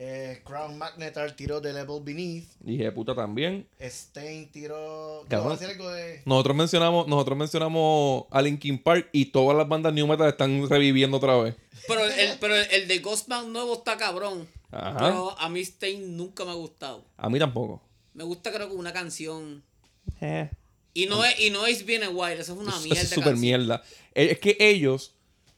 Speaker 4: Eh, Crown Magnetar tiró de Level Beneath.
Speaker 2: Y de puta también.
Speaker 4: Stein tiró. No,
Speaker 2: Cabrón.
Speaker 4: va a hacer algo de.
Speaker 2: Nosotros mencionamos, nosotros mencionamos a Linkin Park y todas las bandas new metal están reviviendo otra vez.
Speaker 3: Pero el, pero el de Ghostman nuevo está cabrón.
Speaker 2: Ajá.
Speaker 3: Pero a mí Stein nunca me ha gustado.
Speaker 2: A mí tampoco.
Speaker 3: Me gusta creo que una canción. Y no es, y no es bien wild, eso es una
Speaker 2: Eso
Speaker 3: mierda.
Speaker 2: es súper
Speaker 3: canción.
Speaker 2: mierda. Eh, Es que ellos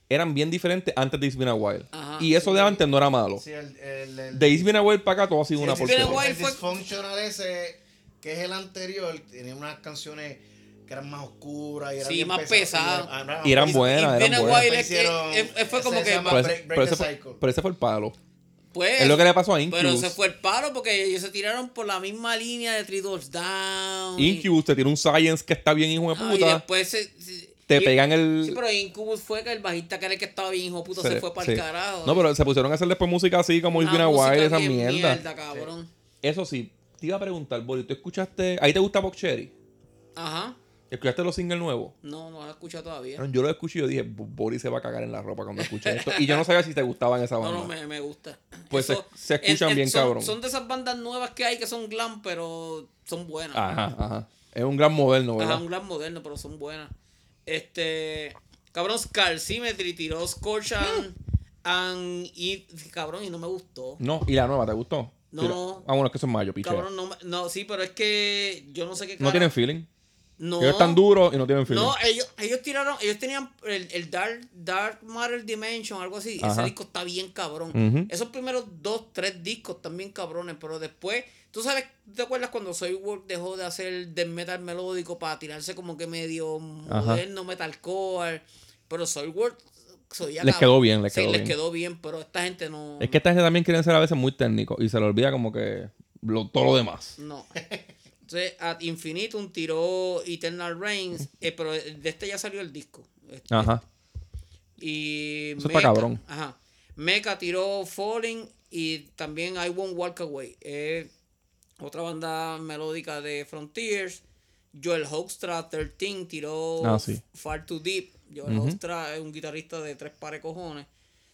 Speaker 2: eran bien diferentes antes de It's Been a While.
Speaker 3: Ajá,
Speaker 2: y eso de antes no era malo.
Speaker 4: Sí, el. el, el-
Speaker 2: De It's Been a While para acá todo ha sido
Speaker 4: sí,
Speaker 2: una
Speaker 4: sí, sí,
Speaker 2: porquería.
Speaker 3: Been a While
Speaker 4: El
Speaker 3: fue-
Speaker 4: Dysfunctional ese, que es el anterior, tenía unas canciones que eran más oscuras y eran
Speaker 3: Sí,
Speaker 4: bien
Speaker 3: más
Speaker 4: pesadas,
Speaker 3: pesadas.
Speaker 4: más
Speaker 2: Y eran
Speaker 4: pesadas.
Speaker 2: buenas,
Speaker 3: y
Speaker 2: eran
Speaker 3: Been a
Speaker 2: buenas.
Speaker 3: While
Speaker 4: Me
Speaker 3: es que-
Speaker 4: hicieron-
Speaker 3: es- es- fue
Speaker 4: ese
Speaker 3: como
Speaker 4: se
Speaker 3: que-
Speaker 4: llama
Speaker 2: Pero
Speaker 4: Break-
Speaker 2: ese,
Speaker 4: Break
Speaker 2: pero
Speaker 4: the
Speaker 2: ese fue,
Speaker 4: Cycle.
Speaker 2: pero ese fue el palo.
Speaker 3: Pues,
Speaker 2: Es lo que le pasó a Incubus.
Speaker 3: Pero se fue el paro porque ellos se tiraron por la misma línea de Three Doors Down. y-
Speaker 2: Incubus te tiene un Science que está bien hijo de
Speaker 3: Ah, y
Speaker 2: puta.
Speaker 3: después se- se-
Speaker 2: te
Speaker 3: y-
Speaker 2: pegan el...
Speaker 3: Sí, pero Incubus fue que el bajista que era el que estaba bien hijo de puta se, fue para
Speaker 2: sí.
Speaker 3: el carajo.
Speaker 2: No, pero se pusieron a hacer después música así como It's Been
Speaker 3: Una
Speaker 2: a While,
Speaker 3: música
Speaker 2: esa
Speaker 3: bien
Speaker 2: mierda.
Speaker 3: cabrón.
Speaker 2: Eso sí, te iba a preguntar, Boris, ¿tú escuchaste... Ahí te gusta Box Cherry?
Speaker 3: Ajá.
Speaker 2: ¿Escuchaste los singles nuevos?
Speaker 3: No, no la he escuchado todavía.
Speaker 2: Yo lo escuché y yo dije, "Bo- Boris se va a cagar en la ropa cuando escuche esto. Y yo no sabía si te gustaban esa
Speaker 3: No,
Speaker 2: banda.
Speaker 3: no, me, me gusta.
Speaker 2: Pues se- se escuchan bien,
Speaker 3: son,
Speaker 2: cabrón.
Speaker 3: Son de esas bandas nuevas que hay que son glam, pero son buenas.
Speaker 2: Ajá, ajá. Es un gran moderno,
Speaker 3: Ajá,
Speaker 2: ¿verdad?
Speaker 3: un glam moderno, pero son buenas. Este. Cabrón, Scar Symmetry tiró Scorch and- and- y, cabrón, y no me gustó.
Speaker 2: No, y la nueva, ¿te gustó?
Speaker 3: No,
Speaker 2: Sí, la-
Speaker 3: no.
Speaker 2: Ah, bueno, es que eso es mayo, pichea.
Speaker 3: Cabrón, no, me- no, sí, pero es que yo no sé qué
Speaker 2: No
Speaker 3: cara-
Speaker 2: tienen feeling.
Speaker 3: No.
Speaker 2: Ellos están duros y no tienen feeling.
Speaker 3: No, ellos, ellos tiraron, ellos tenían el, el Dark, Dark Matter Dimension, algo así.
Speaker 2: Ajá.
Speaker 3: Ese disco está bien cabrón.
Speaker 2: Ujú.
Speaker 3: Esos primeros dos, tres discos están bien cabrones, pero después, tú sabes, ¿tú ¿te acuerdas cuando Soy World dejó de hacer death metal melódico para tirarse como que medio
Speaker 2: Ajá.
Speaker 3: moderno, metalcore? Pero Soy World soía
Speaker 2: Les
Speaker 3: cabrón.
Speaker 2: quedó bien, les
Speaker 3: Sí,
Speaker 2: quedó
Speaker 3: les
Speaker 2: bien.
Speaker 3: quedó bien, pero esta gente no.
Speaker 2: Es que esta gente también quieren ser a veces muy técnicos y se le olvida como que lo- todo lo demás.
Speaker 3: No. Entonces, Ad Infinitum tiró Eternal Reigns, eh, pero de este ya salió el disco. Este,
Speaker 2: Ajá.
Speaker 3: Y
Speaker 2: Eso está cabrón.
Speaker 3: Ajá. Mecha tiró Falling y también I Won't Walk Away. Eh, otra banda melódica de Frontiers. Joel Hoekstra, 13, tiró
Speaker 2: Ah, sí.
Speaker 3: Far Too Deep. Joel Hoekstra es un guitarrista de tres pares cojones.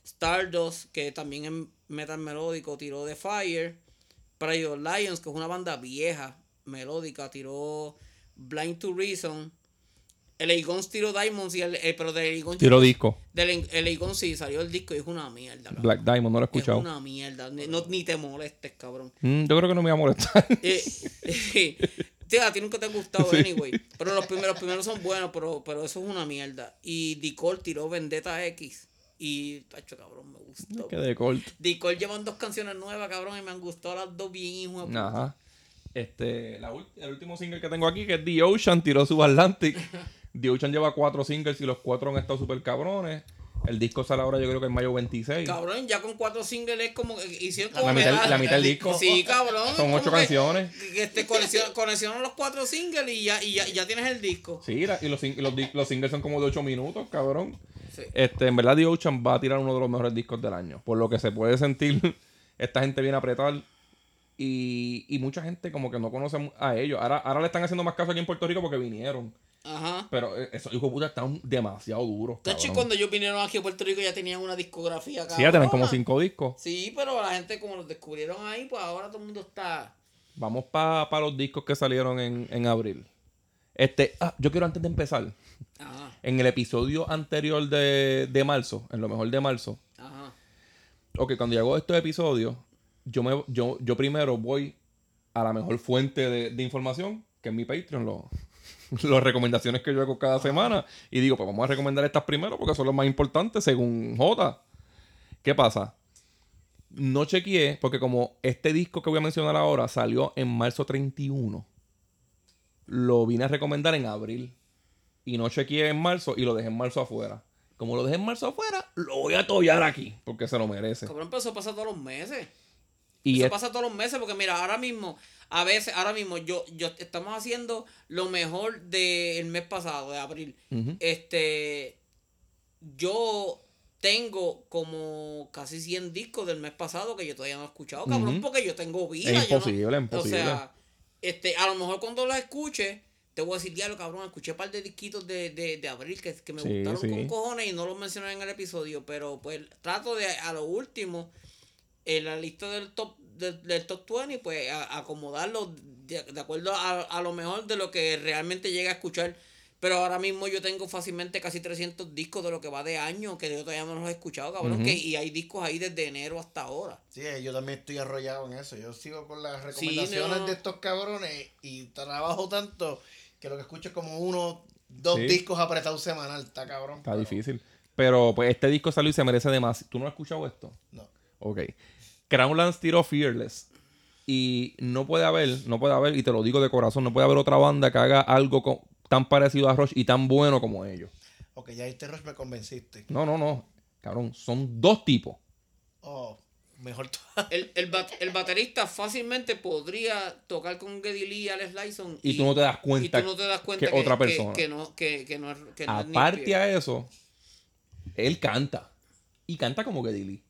Speaker 3: Stardust, que también es metal melódico, tiró The Fire. Pride of Lions, que es una banda vieja, melódica, tiró Blind to Reason. El Eagons tiró Diamonds, y el, eh, pero del Eagons
Speaker 2: Tiro disco.
Speaker 3: del el Akon sí salió el disco y es una mierda. cabrón.
Speaker 2: Black Diamond, no lo he
Speaker 3: es
Speaker 2: escuchado.
Speaker 3: una mierda. Ni, no- ni te molestes, cabrón.
Speaker 2: Mm, yo creo que no me iba a molestar.
Speaker 3: Eh, eh, tío, a ti nunca te ha gustado, anyway. Pero los primeros, los primeros son buenos, pero, pero eso es una mierda. Y Dicol tiró Vendetta X. Y, tacho, cabrón, me gustó.
Speaker 2: Quedé corto.
Speaker 3: Dicol llevan dos canciones nuevas, cabrón, y me han gustado las dos bien, hijo. de puta.
Speaker 2: Ajá. Este, la ul- el último single que tengo aquí, que es The Ocean, tiró Subatlantic. The Ocean lleva cuatro singles y los cuatro han estado súper cabrones. El disco sale ahora, yo creo que en mayo 26.
Speaker 3: Cabrón, ya con cuatro singles es como que hicieron como
Speaker 2: La mitad-
Speaker 3: homenaje.
Speaker 2: la mitad del disco.
Speaker 3: Sí, cabrón.
Speaker 2: Son
Speaker 3: como
Speaker 2: ocho
Speaker 3: que-
Speaker 2: canciones.
Speaker 3: que este, coleccion- coleccionan los cuatro singles y ya, y ya, y ya tienes el disco.
Speaker 2: Sí, la- y los, sing- los di- los singles son como de 8 minutos, cabrón.
Speaker 3: Sí.
Speaker 2: Este, en verdad, The Ocean va a tirar uno de los mejores discos del año. Por lo que se puede sentir, esta gente viene a apretar. Y, y mucha gente como que no conoce mu- a ellos. Ahora, ahora le están haciendo más caso aquí en Puerto Rico porque vinieron.
Speaker 3: Ajá.
Speaker 2: Pero eh, esos hijos de puta están demasiado duros.
Speaker 3: De hecho,
Speaker 2: cabrón.
Speaker 3: cuando Ah. ellos vinieron aquí a Puerto Rico ya tenían una discografía acá.
Speaker 2: Sí, ya tienen como cinco discos.
Speaker 3: Sí, pero la gente como los descubrieron ahí, pues ahora todo el mundo está.
Speaker 2: Vamos para los discos que salieron en, en abril. Este, ah, yo quiero antes de empezar,
Speaker 3: Ajá,
Speaker 2: en el episodio anterior de, de marzo, en lo mejor de marzo,
Speaker 3: ajá.
Speaker 2: ok, cuando yo hago estos episodios, yo, me, yo, yo primero voy a la mejor fuente de, de información, que es mi Patreon, lo- las recomendaciones que yo hago cada semana, y digo, pues vamos a recomendar estas primero porque son las más importantes según J. ¿Qué pasa? No chequeé, porque como este disco que voy a mencionar ahora salió en marzo 31, lo vine a recomendar en abril. Y no chequeé en marzo y lo dejé en marzo afuera. Como lo dejé en marzo afuera, lo voy a tollar aquí. Porque se lo merece.
Speaker 3: Cabrón, pero eso pasa todos los meses.
Speaker 2: Y
Speaker 3: eso
Speaker 2: es-
Speaker 3: pasa todos los meses porque mira, ahora mismo, a veces, ahora mismo yo, yo estamos haciendo lo mejor del mes pasado, de abril.
Speaker 2: Ujú.
Speaker 3: Este, yo tengo como casi 100 discos del mes pasado que yo todavía no he escuchado, cabrón,
Speaker 2: Ujú.
Speaker 3: porque yo tengo vida.
Speaker 2: Es
Speaker 3: yo no-
Speaker 2: imposible,
Speaker 3: O
Speaker 2: imposible.
Speaker 3: sea, este, a lo mejor cuando los escuche, te voy a decir, diablo, cabrón, escuché un par de disquitos de, de, de abril que, que me
Speaker 2: Sí,
Speaker 3: gustaron
Speaker 2: sí.
Speaker 3: con cojones y no los mencioné en el episodio, pero pues trato de a lo último, en la lista del top del, del top 20, pues a- acomodarlo de, de acuerdo a, a lo mejor de lo que realmente llega a escuchar. Pero ahora mismo yo tengo fácilmente casi 300 discos de lo que va de año, que yo todavía no los he escuchado, cabrón. que, y hay discos ahí desde enero hasta ahora.
Speaker 4: Sí, eh, yo también estoy arrollado en eso. Yo sigo con las
Speaker 3: Sí,
Speaker 4: recomendaciones
Speaker 3: no.
Speaker 4: de estos cabrones y trabajo tanto que lo que escucho es como uno, dos
Speaker 2: Sí.
Speaker 4: discos apretados semanal. Está cabrón.
Speaker 2: Está
Speaker 4: pero
Speaker 2: difícil. Pero pues este disco salió y se merece de más. ¿Tú no has escuchado esto?
Speaker 4: No.
Speaker 2: Ok. Crownlands tiró Fearless. Y no puede haber, no puede haber, y te lo digo de corazón, no puede haber otra banda que haga algo co- tan parecido a Rush y tan bueno como ellos.
Speaker 4: Ok, ya este rush me convenciste.
Speaker 2: No, no, no. Cabrón, son dos tipos.
Speaker 4: Oh, mejor tú.
Speaker 3: El, el, bat- el baterista fácilmente podría tocar con Geddy Lee y Alex Lyson.
Speaker 2: Y tú no te das
Speaker 3: y tú
Speaker 2: cuenta
Speaker 3: no te das cuenta
Speaker 2: que otra persona.
Speaker 3: Que, no, que, que no, es- que no es ni
Speaker 2: Aparte
Speaker 3: Pierre.
Speaker 2: a eso, él canta. Y canta como que Dilly.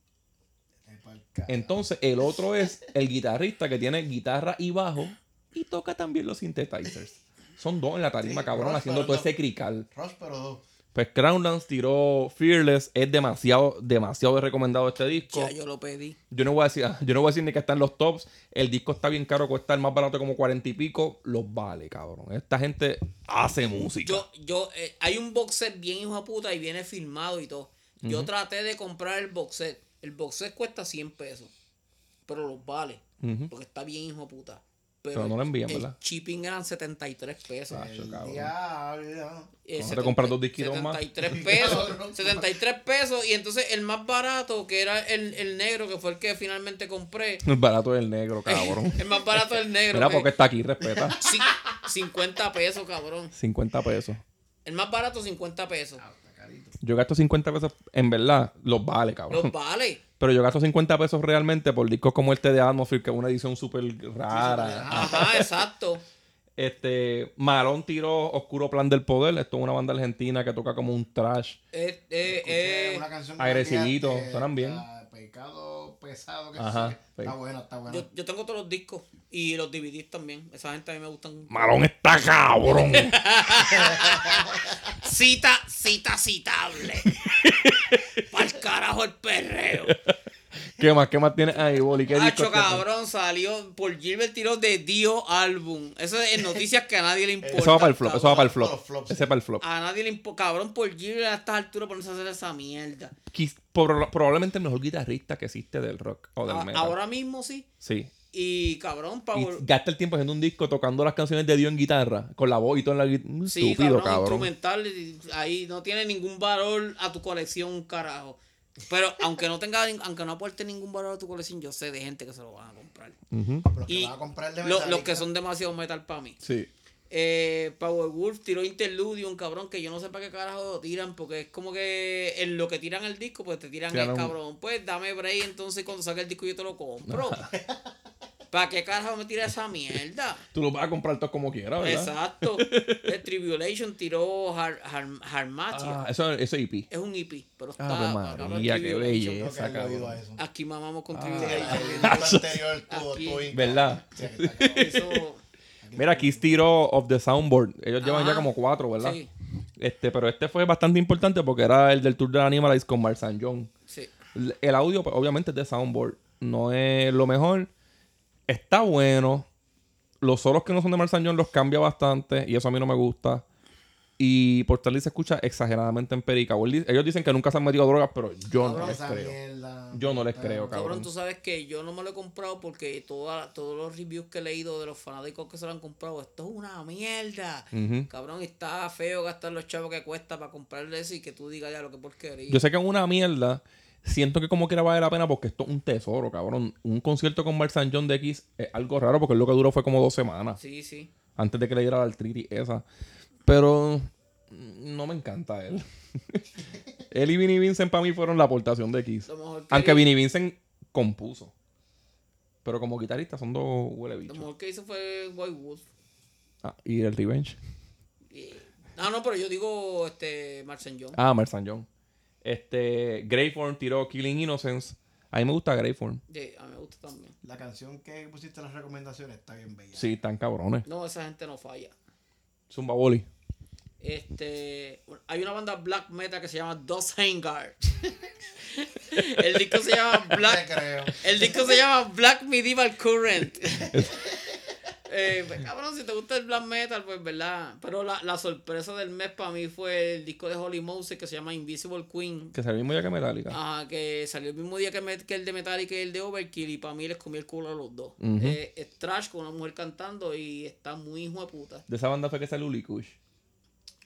Speaker 2: Entonces, el otro es el guitarrista que tiene guitarra y bajo y toca también los synthesizers. Son dos en la tarima,
Speaker 4: Sí,
Speaker 2: cabrón,
Speaker 4: Ross,
Speaker 2: haciendo
Speaker 4: pero
Speaker 2: todo
Speaker 4: no.
Speaker 2: ese crical.
Speaker 4: Rush, pero dos.
Speaker 2: Pues Crownlands tiró Fearless. Es demasiado, demasiado recomendado este disco.
Speaker 3: Ya, yo lo pedí.
Speaker 2: Yo no voy a decir, yo no voy a decir ni que están los tops. El disco está bien caro, cuesta el más barato como cuarenta y pico. Los vale, cabrón. Esta gente hace música.
Speaker 3: Yo, yo, eh, hay un box set bien hijo de puta y viene filmado y todo. Yo traté de comprar el box set. El box set cuesta 100 pesos. Pero los vale.
Speaker 2: Ujú.
Speaker 3: Porque está bien hijo de puta.
Speaker 2: Pero no lo envían,
Speaker 3: el
Speaker 2: ¿verdad?
Speaker 3: shipping eran 73 pesos.
Speaker 2: Ah,
Speaker 4: El
Speaker 2: cabrón.
Speaker 4: diablo.
Speaker 3: Eh,
Speaker 2: ¿Cómo te
Speaker 3: 70
Speaker 2: compras dos disquitos más?
Speaker 3: 73 pesos.
Speaker 4: Cabrón.
Speaker 3: 73 pesos. Y entonces el más barato, que era el, el negro, que fue el que finalmente compré.
Speaker 2: El barato del negro, cabrón.
Speaker 3: El más barato el negro.
Speaker 2: Mira,
Speaker 3: que-
Speaker 2: porque está aquí, respeta.
Speaker 3: Sí, 50 pesos, cabrón.
Speaker 2: 50 pesos.
Speaker 3: El más barato, 50 pesos.
Speaker 2: Ah, Yo gasto 50 pesos, en verdad, los vale, cabrón.
Speaker 3: Los vale.
Speaker 2: Pero yo gasto 50 pesos realmente por discos como este de Atmosphere, que es una edición súper rara.
Speaker 3: Ajá, exacto.
Speaker 2: Este, Marón tiró Oscuro Plan del Poder. Esto es una banda argentina que toca como un trash.
Speaker 3: Eh, eh,
Speaker 4: Escuché
Speaker 3: eh,
Speaker 4: una canción
Speaker 2: agresivito,
Speaker 4: que-
Speaker 2: suenan bien.
Speaker 4: la Pecado pesado. Que
Speaker 2: Ajá,
Speaker 4: sí,
Speaker 2: sí.
Speaker 4: Está bueno, está bueno.
Speaker 3: yo, yo tengo todos los discos y los DVDs también. Esa gente a mí me gustan.
Speaker 2: Marón está cabrón.
Speaker 3: Cita, cita, citable. Pa'l carajo el perreo.
Speaker 2: ¿Qué más? ¿Qué más tienes ahí, Boli? ¿Qué Este, discos
Speaker 3: Hacho,
Speaker 2: tienes?
Speaker 3: cabrón, salió por Gilbert tiró de Dio álbum. Eso es en noticias que a nadie le
Speaker 4: Eh,
Speaker 3: importa.
Speaker 2: este, Eso va para el flop, eso va
Speaker 3: cabrón.
Speaker 2: para el
Speaker 4: Los
Speaker 2: flop.
Speaker 4: flops,
Speaker 2: Ese
Speaker 4: sí.
Speaker 2: para el flop.
Speaker 3: A nadie le importa. Cabrón, por Gilbert a estas alturas ponerse a hacer esa mierda.
Speaker 2: Quis- por- probablemente el mejor guitarrista que existe del rock o del
Speaker 3: A-
Speaker 2: metal.
Speaker 3: ahora mismo sí.
Speaker 2: Sí.
Speaker 3: Y cabrón, para
Speaker 2: Pues Y
Speaker 3: vol-
Speaker 2: gasta el tiempo haciendo un disco tocando las canciones de Dios en guitarra, con la voz y todo en la guitarra.
Speaker 3: Sí,
Speaker 2: Estúpido,
Speaker 3: cabrón,
Speaker 2: cabrón.
Speaker 3: instrumental, y- ahí no tiene ningún valor a tu colección, un carajo. Pero aunque no tenga, nin- aunque no aporte ningún valor a tu colección, yo sé de gente que se lo van a comprar.
Speaker 2: Ujú.
Speaker 4: Los que
Speaker 3: y
Speaker 4: van a comprar de
Speaker 3: Lo- los
Speaker 4: Metallica.
Speaker 3: que son demasiado metal para mí.
Speaker 2: Sí.
Speaker 3: Eh, Power Wolf tiró Interludium, cabrón, que yo no sé para qué carajo lo tiran, porque es como que en lo que tiran el disco, pues te tiran
Speaker 2: Tiran
Speaker 3: el
Speaker 2: un-
Speaker 3: cabrón. Pues dame break, entonces cuando saque el disco yo te lo compro. ¿Para qué carajo me tira esa mierda?
Speaker 2: Tú los vas a comprar todos como quieras, ¿verdad?
Speaker 3: Exacto. The Tribulation tiró Har, Har, Harmatia.
Speaker 2: Ah, eso, eso es EP.
Speaker 3: Es un hippie, pero está.
Speaker 2: Ave
Speaker 3: cabrón,
Speaker 2: María, qué
Speaker 3: Tribulation.
Speaker 4: Creo que
Speaker 2: belleza, Ah.
Speaker 4: no he oído a
Speaker 2: cabrón.
Speaker 4: eso.
Speaker 3: Aquí mamamos con
Speaker 4: Sí, el-
Speaker 3: Tribulation.
Speaker 4: el anterior tuvo-
Speaker 3: Ah, Aquí.
Speaker 4: tuvo Inca.
Speaker 2: ¿Verdad?
Speaker 4: Sí, que está cabrón.
Speaker 3: Eso-
Speaker 2: Mira, Kiss tiró Of the Soundboard. Ellos llevan
Speaker 3: Ajá.
Speaker 2: ya como cuatro, ¿verdad?
Speaker 3: Sí.
Speaker 2: Este, pero este fue bastante importante porque era el del Tour de Animalize con Marsan John.
Speaker 3: sí.
Speaker 2: L- El audio, pues, obviamente, es de Soundboard. No es lo mejor. Está bueno. Los solos que no son de Marsan John los cambia bastante. Y eso a mí no me gusta. Y Portali se escucha exageradamente empérica. Ellos dicen que nunca se han metido drogas, pero yo no
Speaker 4: Cabrón,
Speaker 2: les
Speaker 4: esa
Speaker 2: creo.
Speaker 4: mierda.
Speaker 2: Yo no les creo,
Speaker 3: Cabrón,
Speaker 2: cabrón.
Speaker 3: tú sabes que yo no me lo he comprado porque toda, todos los reviews que he leído de los fanáticos que se lo han comprado, esto es una mierda.
Speaker 2: Ujú.
Speaker 3: Cabrón, está feo gastar los chavos que cuesta para comprarle eso y que tú digas ya lo que porquería.
Speaker 2: Yo sé que es una mierda. Siento que como quiera vale la pena porque esto es un tesoro, cabrón. Un concierto con Mark San John de X es algo raro porque lo que duró fue como dos semanas
Speaker 3: Sí, sí.
Speaker 2: antes de que le diera la artritis esa. Pero mm, no me encanta él. él y Vinnie Vincent para mí fueron la aportación de X.
Speaker 3: Lo mejor que
Speaker 2: Aunque
Speaker 3: vi-
Speaker 2: Vinnie Vincent compuso. Pero como guitarrista son dos huele
Speaker 3: Lo
Speaker 2: bichos.
Speaker 3: mejor que hizo fue White Wolf.
Speaker 2: Ah, y el Revenge.
Speaker 3: Y- Ah, no, pero yo digo este Marcel John.
Speaker 2: Ah, Mark San John. Este, Greyform tiró Killing Innocence. A mí me gusta Greyform.
Speaker 3: Sí, a mí me gusta también.
Speaker 4: La canción que pusiste en las recomendaciones está bien bella.
Speaker 2: Sí, están cabrones.
Speaker 3: No, esa gente no falla.
Speaker 2: Zumba Boli.
Speaker 3: Este, hay una banda black metal que se llama Dos Hangar. el disco se llama
Speaker 4: Te
Speaker 3: Black.
Speaker 4: creo.
Speaker 3: El disco se llama Black Medieval Current. Eh, pues, cabrón, si te gusta el black metal, pues verdad. Pero la, la sorpresa del mes para mí fue el disco de Holy Moses que se llama Invisible Queen.
Speaker 2: Que es el mismo día que Metallica.
Speaker 3: Ajá, que salió el mismo día que, me- que el de Metallica y el de Overkill. Y para mí les comí el culo a los dos. Eh, es trash con una mujer cantando y está muy hijo de puta.
Speaker 2: De esa banda fue que salió Likush.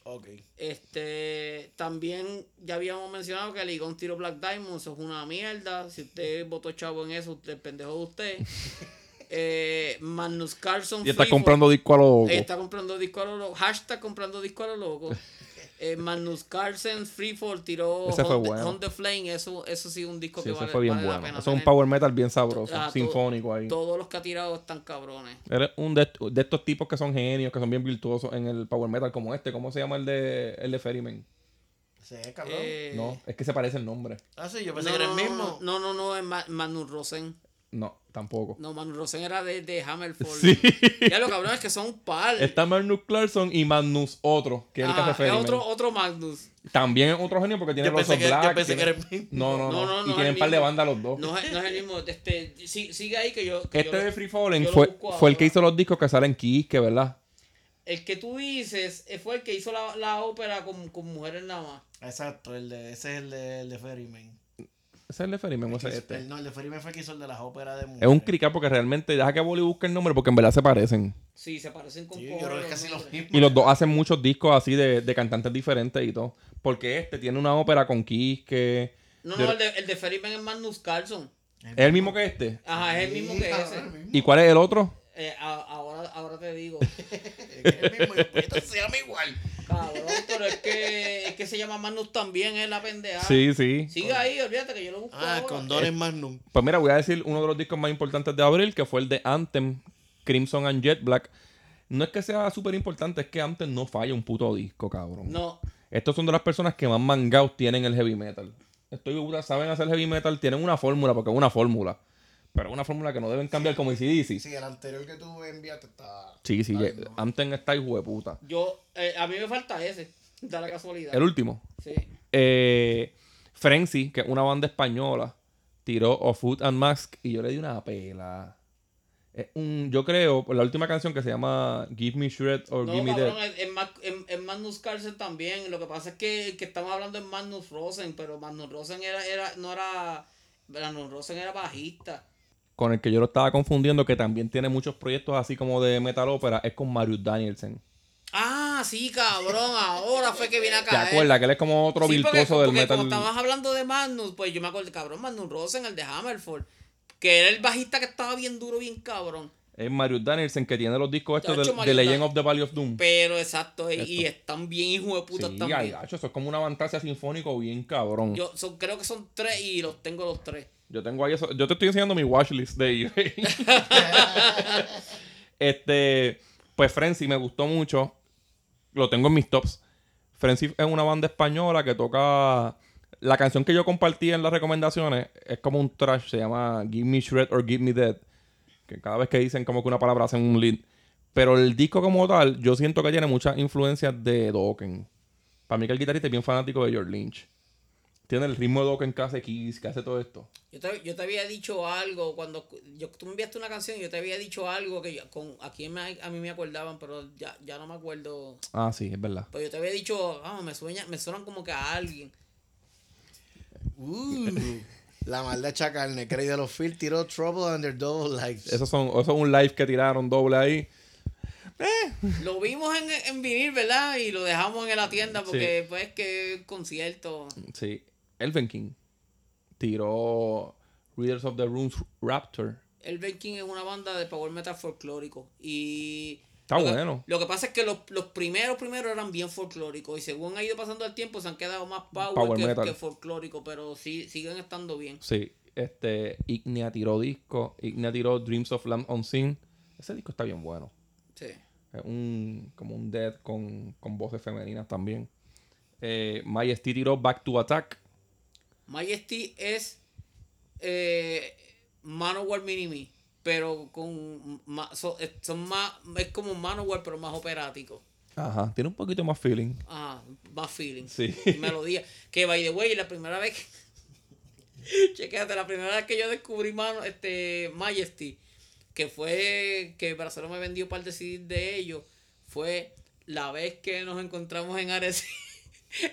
Speaker 4: Ok.
Speaker 3: Este, también ya habíamos mencionado que Ligón Tiro Black Diamond, eso es una mierda. Si usted votó chavo en eso, usted es pendejo de usted. Eh, Magnus Carlson.
Speaker 2: Y está
Speaker 3: Free For-
Speaker 2: comprando disco a los
Speaker 3: eh, está comprando disco a lo loco. Hashtag comprando disco a lo loco. Eh, Magnus Carlsen Freefall tiró
Speaker 2: Ese fue
Speaker 3: Hunt the-
Speaker 2: bueno.
Speaker 3: Hunt the Flame. Eso, eso sí, un disco
Speaker 2: Sí,
Speaker 3: que
Speaker 2: ese
Speaker 3: vale,
Speaker 2: fue bien
Speaker 3: vale la
Speaker 2: bueno.
Speaker 3: pena.
Speaker 2: Eso es un
Speaker 3: tener.
Speaker 2: power metal bien sabroso,
Speaker 3: Ah, todo-
Speaker 2: sinfónico ahí.
Speaker 3: Todos los que ha tirado están cabrones.
Speaker 2: Eres un de, de estos tipos que son genios, que son bien virtuosos en el power metal como este. ¿Cómo se llama el de, el de Ferryman?
Speaker 4: Se es cabrón.
Speaker 3: Eh,
Speaker 2: No, es que se parece el nombre.
Speaker 4: ah, sí, yo
Speaker 3: no,
Speaker 4: pensé que era el
Speaker 3: no,
Speaker 4: mismo.
Speaker 3: No, no, no, es Ma- Magnus Rosen.
Speaker 2: No, tampoco.
Speaker 3: No, Manu Rosen era de, de Hammerfall.
Speaker 2: Sí.
Speaker 3: Ya lo cabrón es que son un par.
Speaker 2: Está Magnus Clarkson y Magnus otro, que es el que
Speaker 3: Ajá,
Speaker 2: hace
Speaker 3: Ah, es
Speaker 2: Ferryman.
Speaker 3: otro, otro Magnus.
Speaker 2: También es otro genio porque tiene
Speaker 4: Yo
Speaker 2: los
Speaker 4: pensé que- yo
Speaker 2: Black.
Speaker 4: pensé que
Speaker 2: tiene-
Speaker 4: era el mismo.
Speaker 2: No, no, no.
Speaker 3: No, no, no
Speaker 2: y
Speaker 3: es
Speaker 2: tienen
Speaker 3: el
Speaker 2: un par de
Speaker 3: mismo.
Speaker 2: bandas los dos.
Speaker 3: No, es- no es el mismo. Este, sí- sigue ahí que yo. que
Speaker 2: este
Speaker 3: yo-
Speaker 2: de Free Falling
Speaker 3: yo lo
Speaker 2: fue,
Speaker 3: busco
Speaker 2: fue el que
Speaker 3: ahora.
Speaker 2: hizo los discos que salen Kiske, ¿verdad?
Speaker 3: El que tú dices eh, fue el que hizo la, la ópera con, con mujeres nada más.
Speaker 4: Exacto, el de, ese es el de, el de Ferryman.
Speaker 2: Ese es el de Ferryman, o ese es este.
Speaker 4: El- no, el de Ferryman fue el que hizo el de las óperas de mujeres.
Speaker 2: Es un crical porque realmente deja que Bolly busque el nombre porque en verdad se parecen.
Speaker 3: Sí, se parecen con
Speaker 4: Sí, yo
Speaker 3: cojones
Speaker 4: creo que es
Speaker 3: los
Speaker 4: casi lo
Speaker 3: nombres.
Speaker 4: mismo.
Speaker 2: Y los dos hacen muchos discos así de, de cantantes diferentes y todo. Porque este tiene una ópera con Kiske.
Speaker 3: No,
Speaker 2: Yo-
Speaker 3: no, el de, el de Ferryman es Magnus Carlson.
Speaker 2: ¿Es el mismo que este?
Speaker 3: Ajá, es el mismo que
Speaker 4: Ah,
Speaker 3: ese.
Speaker 4: el mismo.
Speaker 2: ¿Y cuál es el otro?
Speaker 3: Eh, a- ahora, ahora te digo.
Speaker 4: Es el mismo. y Esto se llama igual.
Speaker 3: Cabrón, pero es que, es que se llama Magnus también, es la pendeja.
Speaker 2: Sí, sí.
Speaker 3: Sigue ahí, olvídate que yo lo busco.
Speaker 4: Ah,
Speaker 3: ahora.
Speaker 4: Condores Magnum.
Speaker 2: Pues mira, voy a decir uno de los discos más importantes de abril, que fue el de Anthem, Crimson and Jet Black. No es que sea súper importante, es que Anthem no falla un puto disco, cabrón.
Speaker 3: No,
Speaker 2: Estos son de las personas que más mangaos tienen el heavy metal. Estoy segura, saben hacer heavy metal, tienen una fórmula, porque es una fórmula. Pero es una fórmula que no deben cambiar como ACDC.
Speaker 4: Sí, el anterior que tú enviaste está.
Speaker 2: Sí, sí,
Speaker 4: Ay,
Speaker 2: ye-
Speaker 4: no.
Speaker 2: Anthem está hijo de puta.
Speaker 3: yo, eh, a mí me falta ese. Da la casualidad.
Speaker 2: El último.
Speaker 3: Sí.
Speaker 2: Eh, Frenzy, que es una banda española, tiró Of Food and Mask y yo le di una pela. Es un, yo creo, la última canción que se llama Give Me Shred or
Speaker 3: No,
Speaker 2: Give Me
Speaker 3: cabrón,
Speaker 2: Dead.
Speaker 3: en- en Mag- en- en Magnus Carlsen también. Lo que pasa es que, que estamos hablando de Magnus Rosen, pero Magnus Rosen era, era, no era. Magnus Rosen era bajista.
Speaker 2: Con el que yo lo estaba confundiendo, que también tiene muchos proyectos así como de metal ópera, es con Marius Danielsen.
Speaker 3: Ah, sí, cabrón, ahora fue que vine a
Speaker 2: ¿Te
Speaker 3: caer.
Speaker 2: acuerdas? Que él es como otro
Speaker 3: Sí, porque-
Speaker 2: virtuoso del
Speaker 3: porque Como
Speaker 2: metal.
Speaker 3: estabas hablando de Magnus, pues yo me acuerdo, cabrón, Magnus Rosen, el de Hammerford, que era el bajista que estaba bien duro, bien cabrón.
Speaker 2: Es Marius Danielsen que tiene los discos estos
Speaker 3: Chacho,
Speaker 2: de, de
Speaker 3: Marius
Speaker 2: Legend
Speaker 3: Dan-
Speaker 2: of the Valley of Doom.
Speaker 3: Pero exacto, y- y
Speaker 2: Esto.
Speaker 3: están bien hijo de puta
Speaker 2: Sí, ay,
Speaker 3: también.
Speaker 2: gacho, eso es como una fantasía sinfónico bien cabrón. Yo,
Speaker 3: Yo son- creo que son tres y los tengo los tres.
Speaker 2: tengo ahí eso. Yo te estoy enseñando mi watchlist de eBay. Este, pues Frenzy me gustó mucho. Lo tengo en mis tops. Frenzy es una banda española que toca. La canción que yo compartí en las recomendaciones es como un trash, se llama Give Me Shred or Give Me Dead. Que cada vez que dicen como que una palabra hacen un lead. Pero el disco como tal, yo siento que tiene muchas influencias de Dokken. Para mí que el guitarrista es bien fanático de George Lynch. Tiene el ritmo de Dokken que hace Kiss, que hace todo esto.
Speaker 3: Yo te, yo te había dicho algo cuando yo, tú me enviaste una canción y yo te había dicho algo que yo- con aquí me- a mí me acordaban, pero ya, ya no me acuerdo.
Speaker 2: Ah, sí, es verdad.
Speaker 3: Pero yo te había dicho, vamos, me sueña, me suenan como que a alguien.
Speaker 4: Uh, la maldad chacarne. Craig de los Field tiró Trouble Under Double Lives.
Speaker 2: Eso, son, eso es un live que tiraron doble ahí.
Speaker 3: Lo vimos en, en vinil, ¿verdad? Y lo dejamos en la tienda porque pues que concierto.
Speaker 2: Sí, Elven King tiró Readers of the Rooms Raptor.
Speaker 3: Elven King es una banda de power metal folclórico y
Speaker 2: Está
Speaker 3: lo que-
Speaker 2: bueno.
Speaker 3: lo que pasa es que los, los primeros primeros eran bien folclóricos y según ha ido pasando el tiempo se han quedado más power,
Speaker 2: Power
Speaker 3: que,
Speaker 2: metal.
Speaker 3: que folclórico, pero sí siguen estando bien.
Speaker 2: Sí, este, Ignea tiró disco. Ignea tiró Dreams of Lamb on Sin. Ese disco está bien bueno.
Speaker 3: Sí.
Speaker 2: Es un, como un dead con, con voces femeninas también. Eh, Majesty tiró Back to Attack.
Speaker 3: Majesty es eh, Manowar Minimi, pero con ma- so- es- son más es como Manowar pero más operático.
Speaker 2: Ajá, tiene un poquito más feeling.
Speaker 3: Ah, más feeling.
Speaker 2: Sí.
Speaker 3: Y melodía. Que by the way, la primera vez que. Chequéate, la primera vez que yo descubrí mano, este, Majesty, que fue que Bracero me vendió para decidir de ellos, fue la vez que nos encontramos en Arecibo.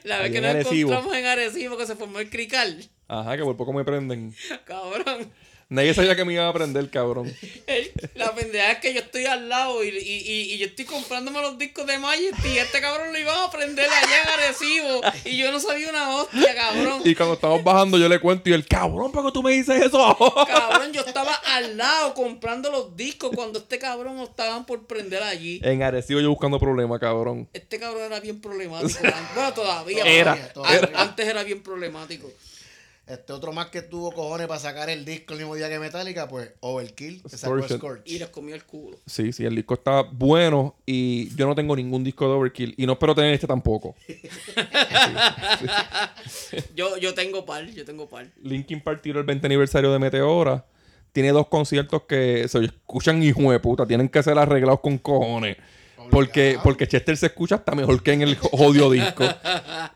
Speaker 3: La vez
Speaker 2: Ahí
Speaker 3: que
Speaker 2: en
Speaker 3: nos
Speaker 2: Arecibo.
Speaker 3: encontramos en Arecibo, que se formó el crical.
Speaker 2: Ajá, que por poco me prenden.
Speaker 3: Cabrón.
Speaker 2: Nadie sabía que me iba a prender, cabrón.
Speaker 3: El- la pendeja es que yo estoy al lado y, y, y, y yo estoy comprándome los discos de Majesty y este cabrón lo iban a prender allá en Arecibo y yo no sabía una hostia, cabrón.
Speaker 2: Y cuando estamos bajando, yo le cuento y el cabrón, ¿para qué tú me dices eso?
Speaker 3: Cabrón, yo estaba al lado comprando los discos cuando este cabrón nos estaban por prender allí.
Speaker 2: En Arecibo yo buscando problemas, cabrón.
Speaker 3: Este cabrón era bien problemático. Bueno, todavía.
Speaker 4: Era,
Speaker 3: pero
Speaker 4: todavía.
Speaker 3: an- Antes era bien problemático.
Speaker 4: Este otro más que tuvo cojones para sacar el disco el mismo día que Metallica, pues Overkill, que sacó
Speaker 2: Scorched.
Speaker 4: Scorch.
Speaker 3: Y les comió el culo.
Speaker 2: Sí, sí, el disco está bueno y yo no tengo ningún disco de Overkill y no espero tener este tampoco.
Speaker 3: Yo, yo tengo par, yo tengo par.
Speaker 2: Linkin Park tiró el 20 aniversario de Meteora. Tiene dos conciertos que se escuchan hijo de puta. Tienen que ser arreglados con cojones. Porque,
Speaker 4: Obligado.
Speaker 2: porque Chester se escucha hasta mejor que en el jodido disco.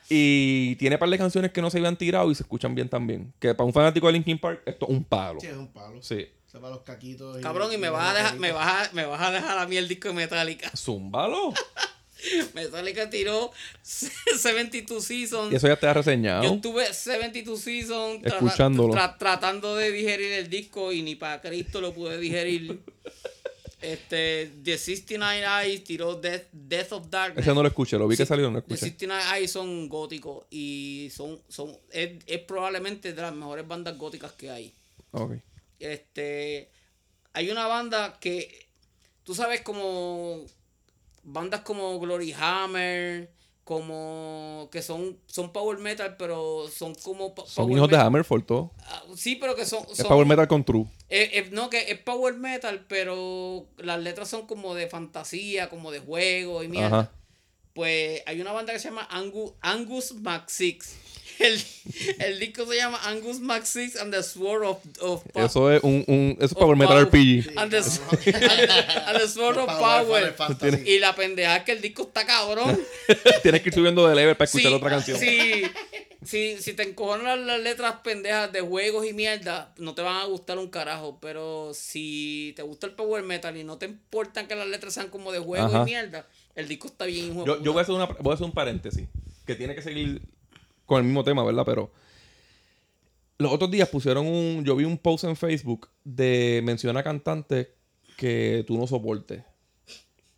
Speaker 2: Y tiene par de canciones que no se habían tirado y se escuchan bien también. Que para un fanático de Linkin Park, esto es un palo.
Speaker 4: Sí, es un palo.
Speaker 2: Sí.
Speaker 4: Eso para los caquitos.
Speaker 3: Cabrón, y me
Speaker 4: los
Speaker 3: vas a dejar, me
Speaker 4: caritos.
Speaker 3: vas a, me vas a dejar a mí el disco de Metallica.
Speaker 2: Zúmbalo.
Speaker 3: Metallica tiró 72 Seasons.
Speaker 2: Y eso ya te ha reseñado.
Speaker 3: Yo estuve 72 seasons tra-
Speaker 2: Escuchándolo.
Speaker 3: tra- tratando de digerir el disco y ni para Cristo lo pude digerir. Este, The 69 Eyes tiró Death, Death of Darkness.
Speaker 2: Ese no lo escuché, lo vi que salió, no lo
Speaker 3: The
Speaker 2: escuché.
Speaker 3: 69 Eyes son góticos y son, son es, es probablemente de las mejores bandas góticas que hay.
Speaker 2: Ok.
Speaker 3: Este, hay una banda que, tú sabes, como bandas como Glory Hammer, como que son, son power metal, pero son como pa-
Speaker 2: Son
Speaker 3: power
Speaker 2: hijos de
Speaker 3: metal.
Speaker 2: Hammerfall, todo.
Speaker 3: Ah, Sí, pero que son,
Speaker 2: Es
Speaker 3: son-
Speaker 2: Power Metal con True.
Speaker 3: eh, eh, no, que es power metal, pero las letras son como de fantasía, como de juego y mierda.
Speaker 2: Ajá.
Speaker 3: Pues hay una banda que se llama Angus, Angus Mac Six. El, el disco se llama Angus Mac Six and the Sword of, of Pa-
Speaker 2: Eso es un, un eso es
Speaker 3: of
Speaker 2: Power Metal
Speaker 3: Oh, Power.
Speaker 2: RPG.
Speaker 3: And the, and the Sword of Power. Y la pendeja es que el disco está cabrón.
Speaker 2: Tienes que ir subiendo de level para escuchar
Speaker 3: Sí,
Speaker 2: otra canción.
Speaker 3: sí, sí, si te encojonan las letras pendejas de juegos y mierda, no te van a gustar un carajo. Pero si te gusta el power metal y no te importan que las letras sean como de juegos
Speaker 2: Ajá.
Speaker 3: y mierda, el disco está bien hijo de
Speaker 2: Yo,
Speaker 3: puta.
Speaker 2: yo voy, a hacer una, voy a hacer un paréntesis. Que tiene que seguir con el mismo tema, ¿verdad? Pero los otros días pusieron un. Yo vi un post en Facebook de menciona cantantes que tú no soportes.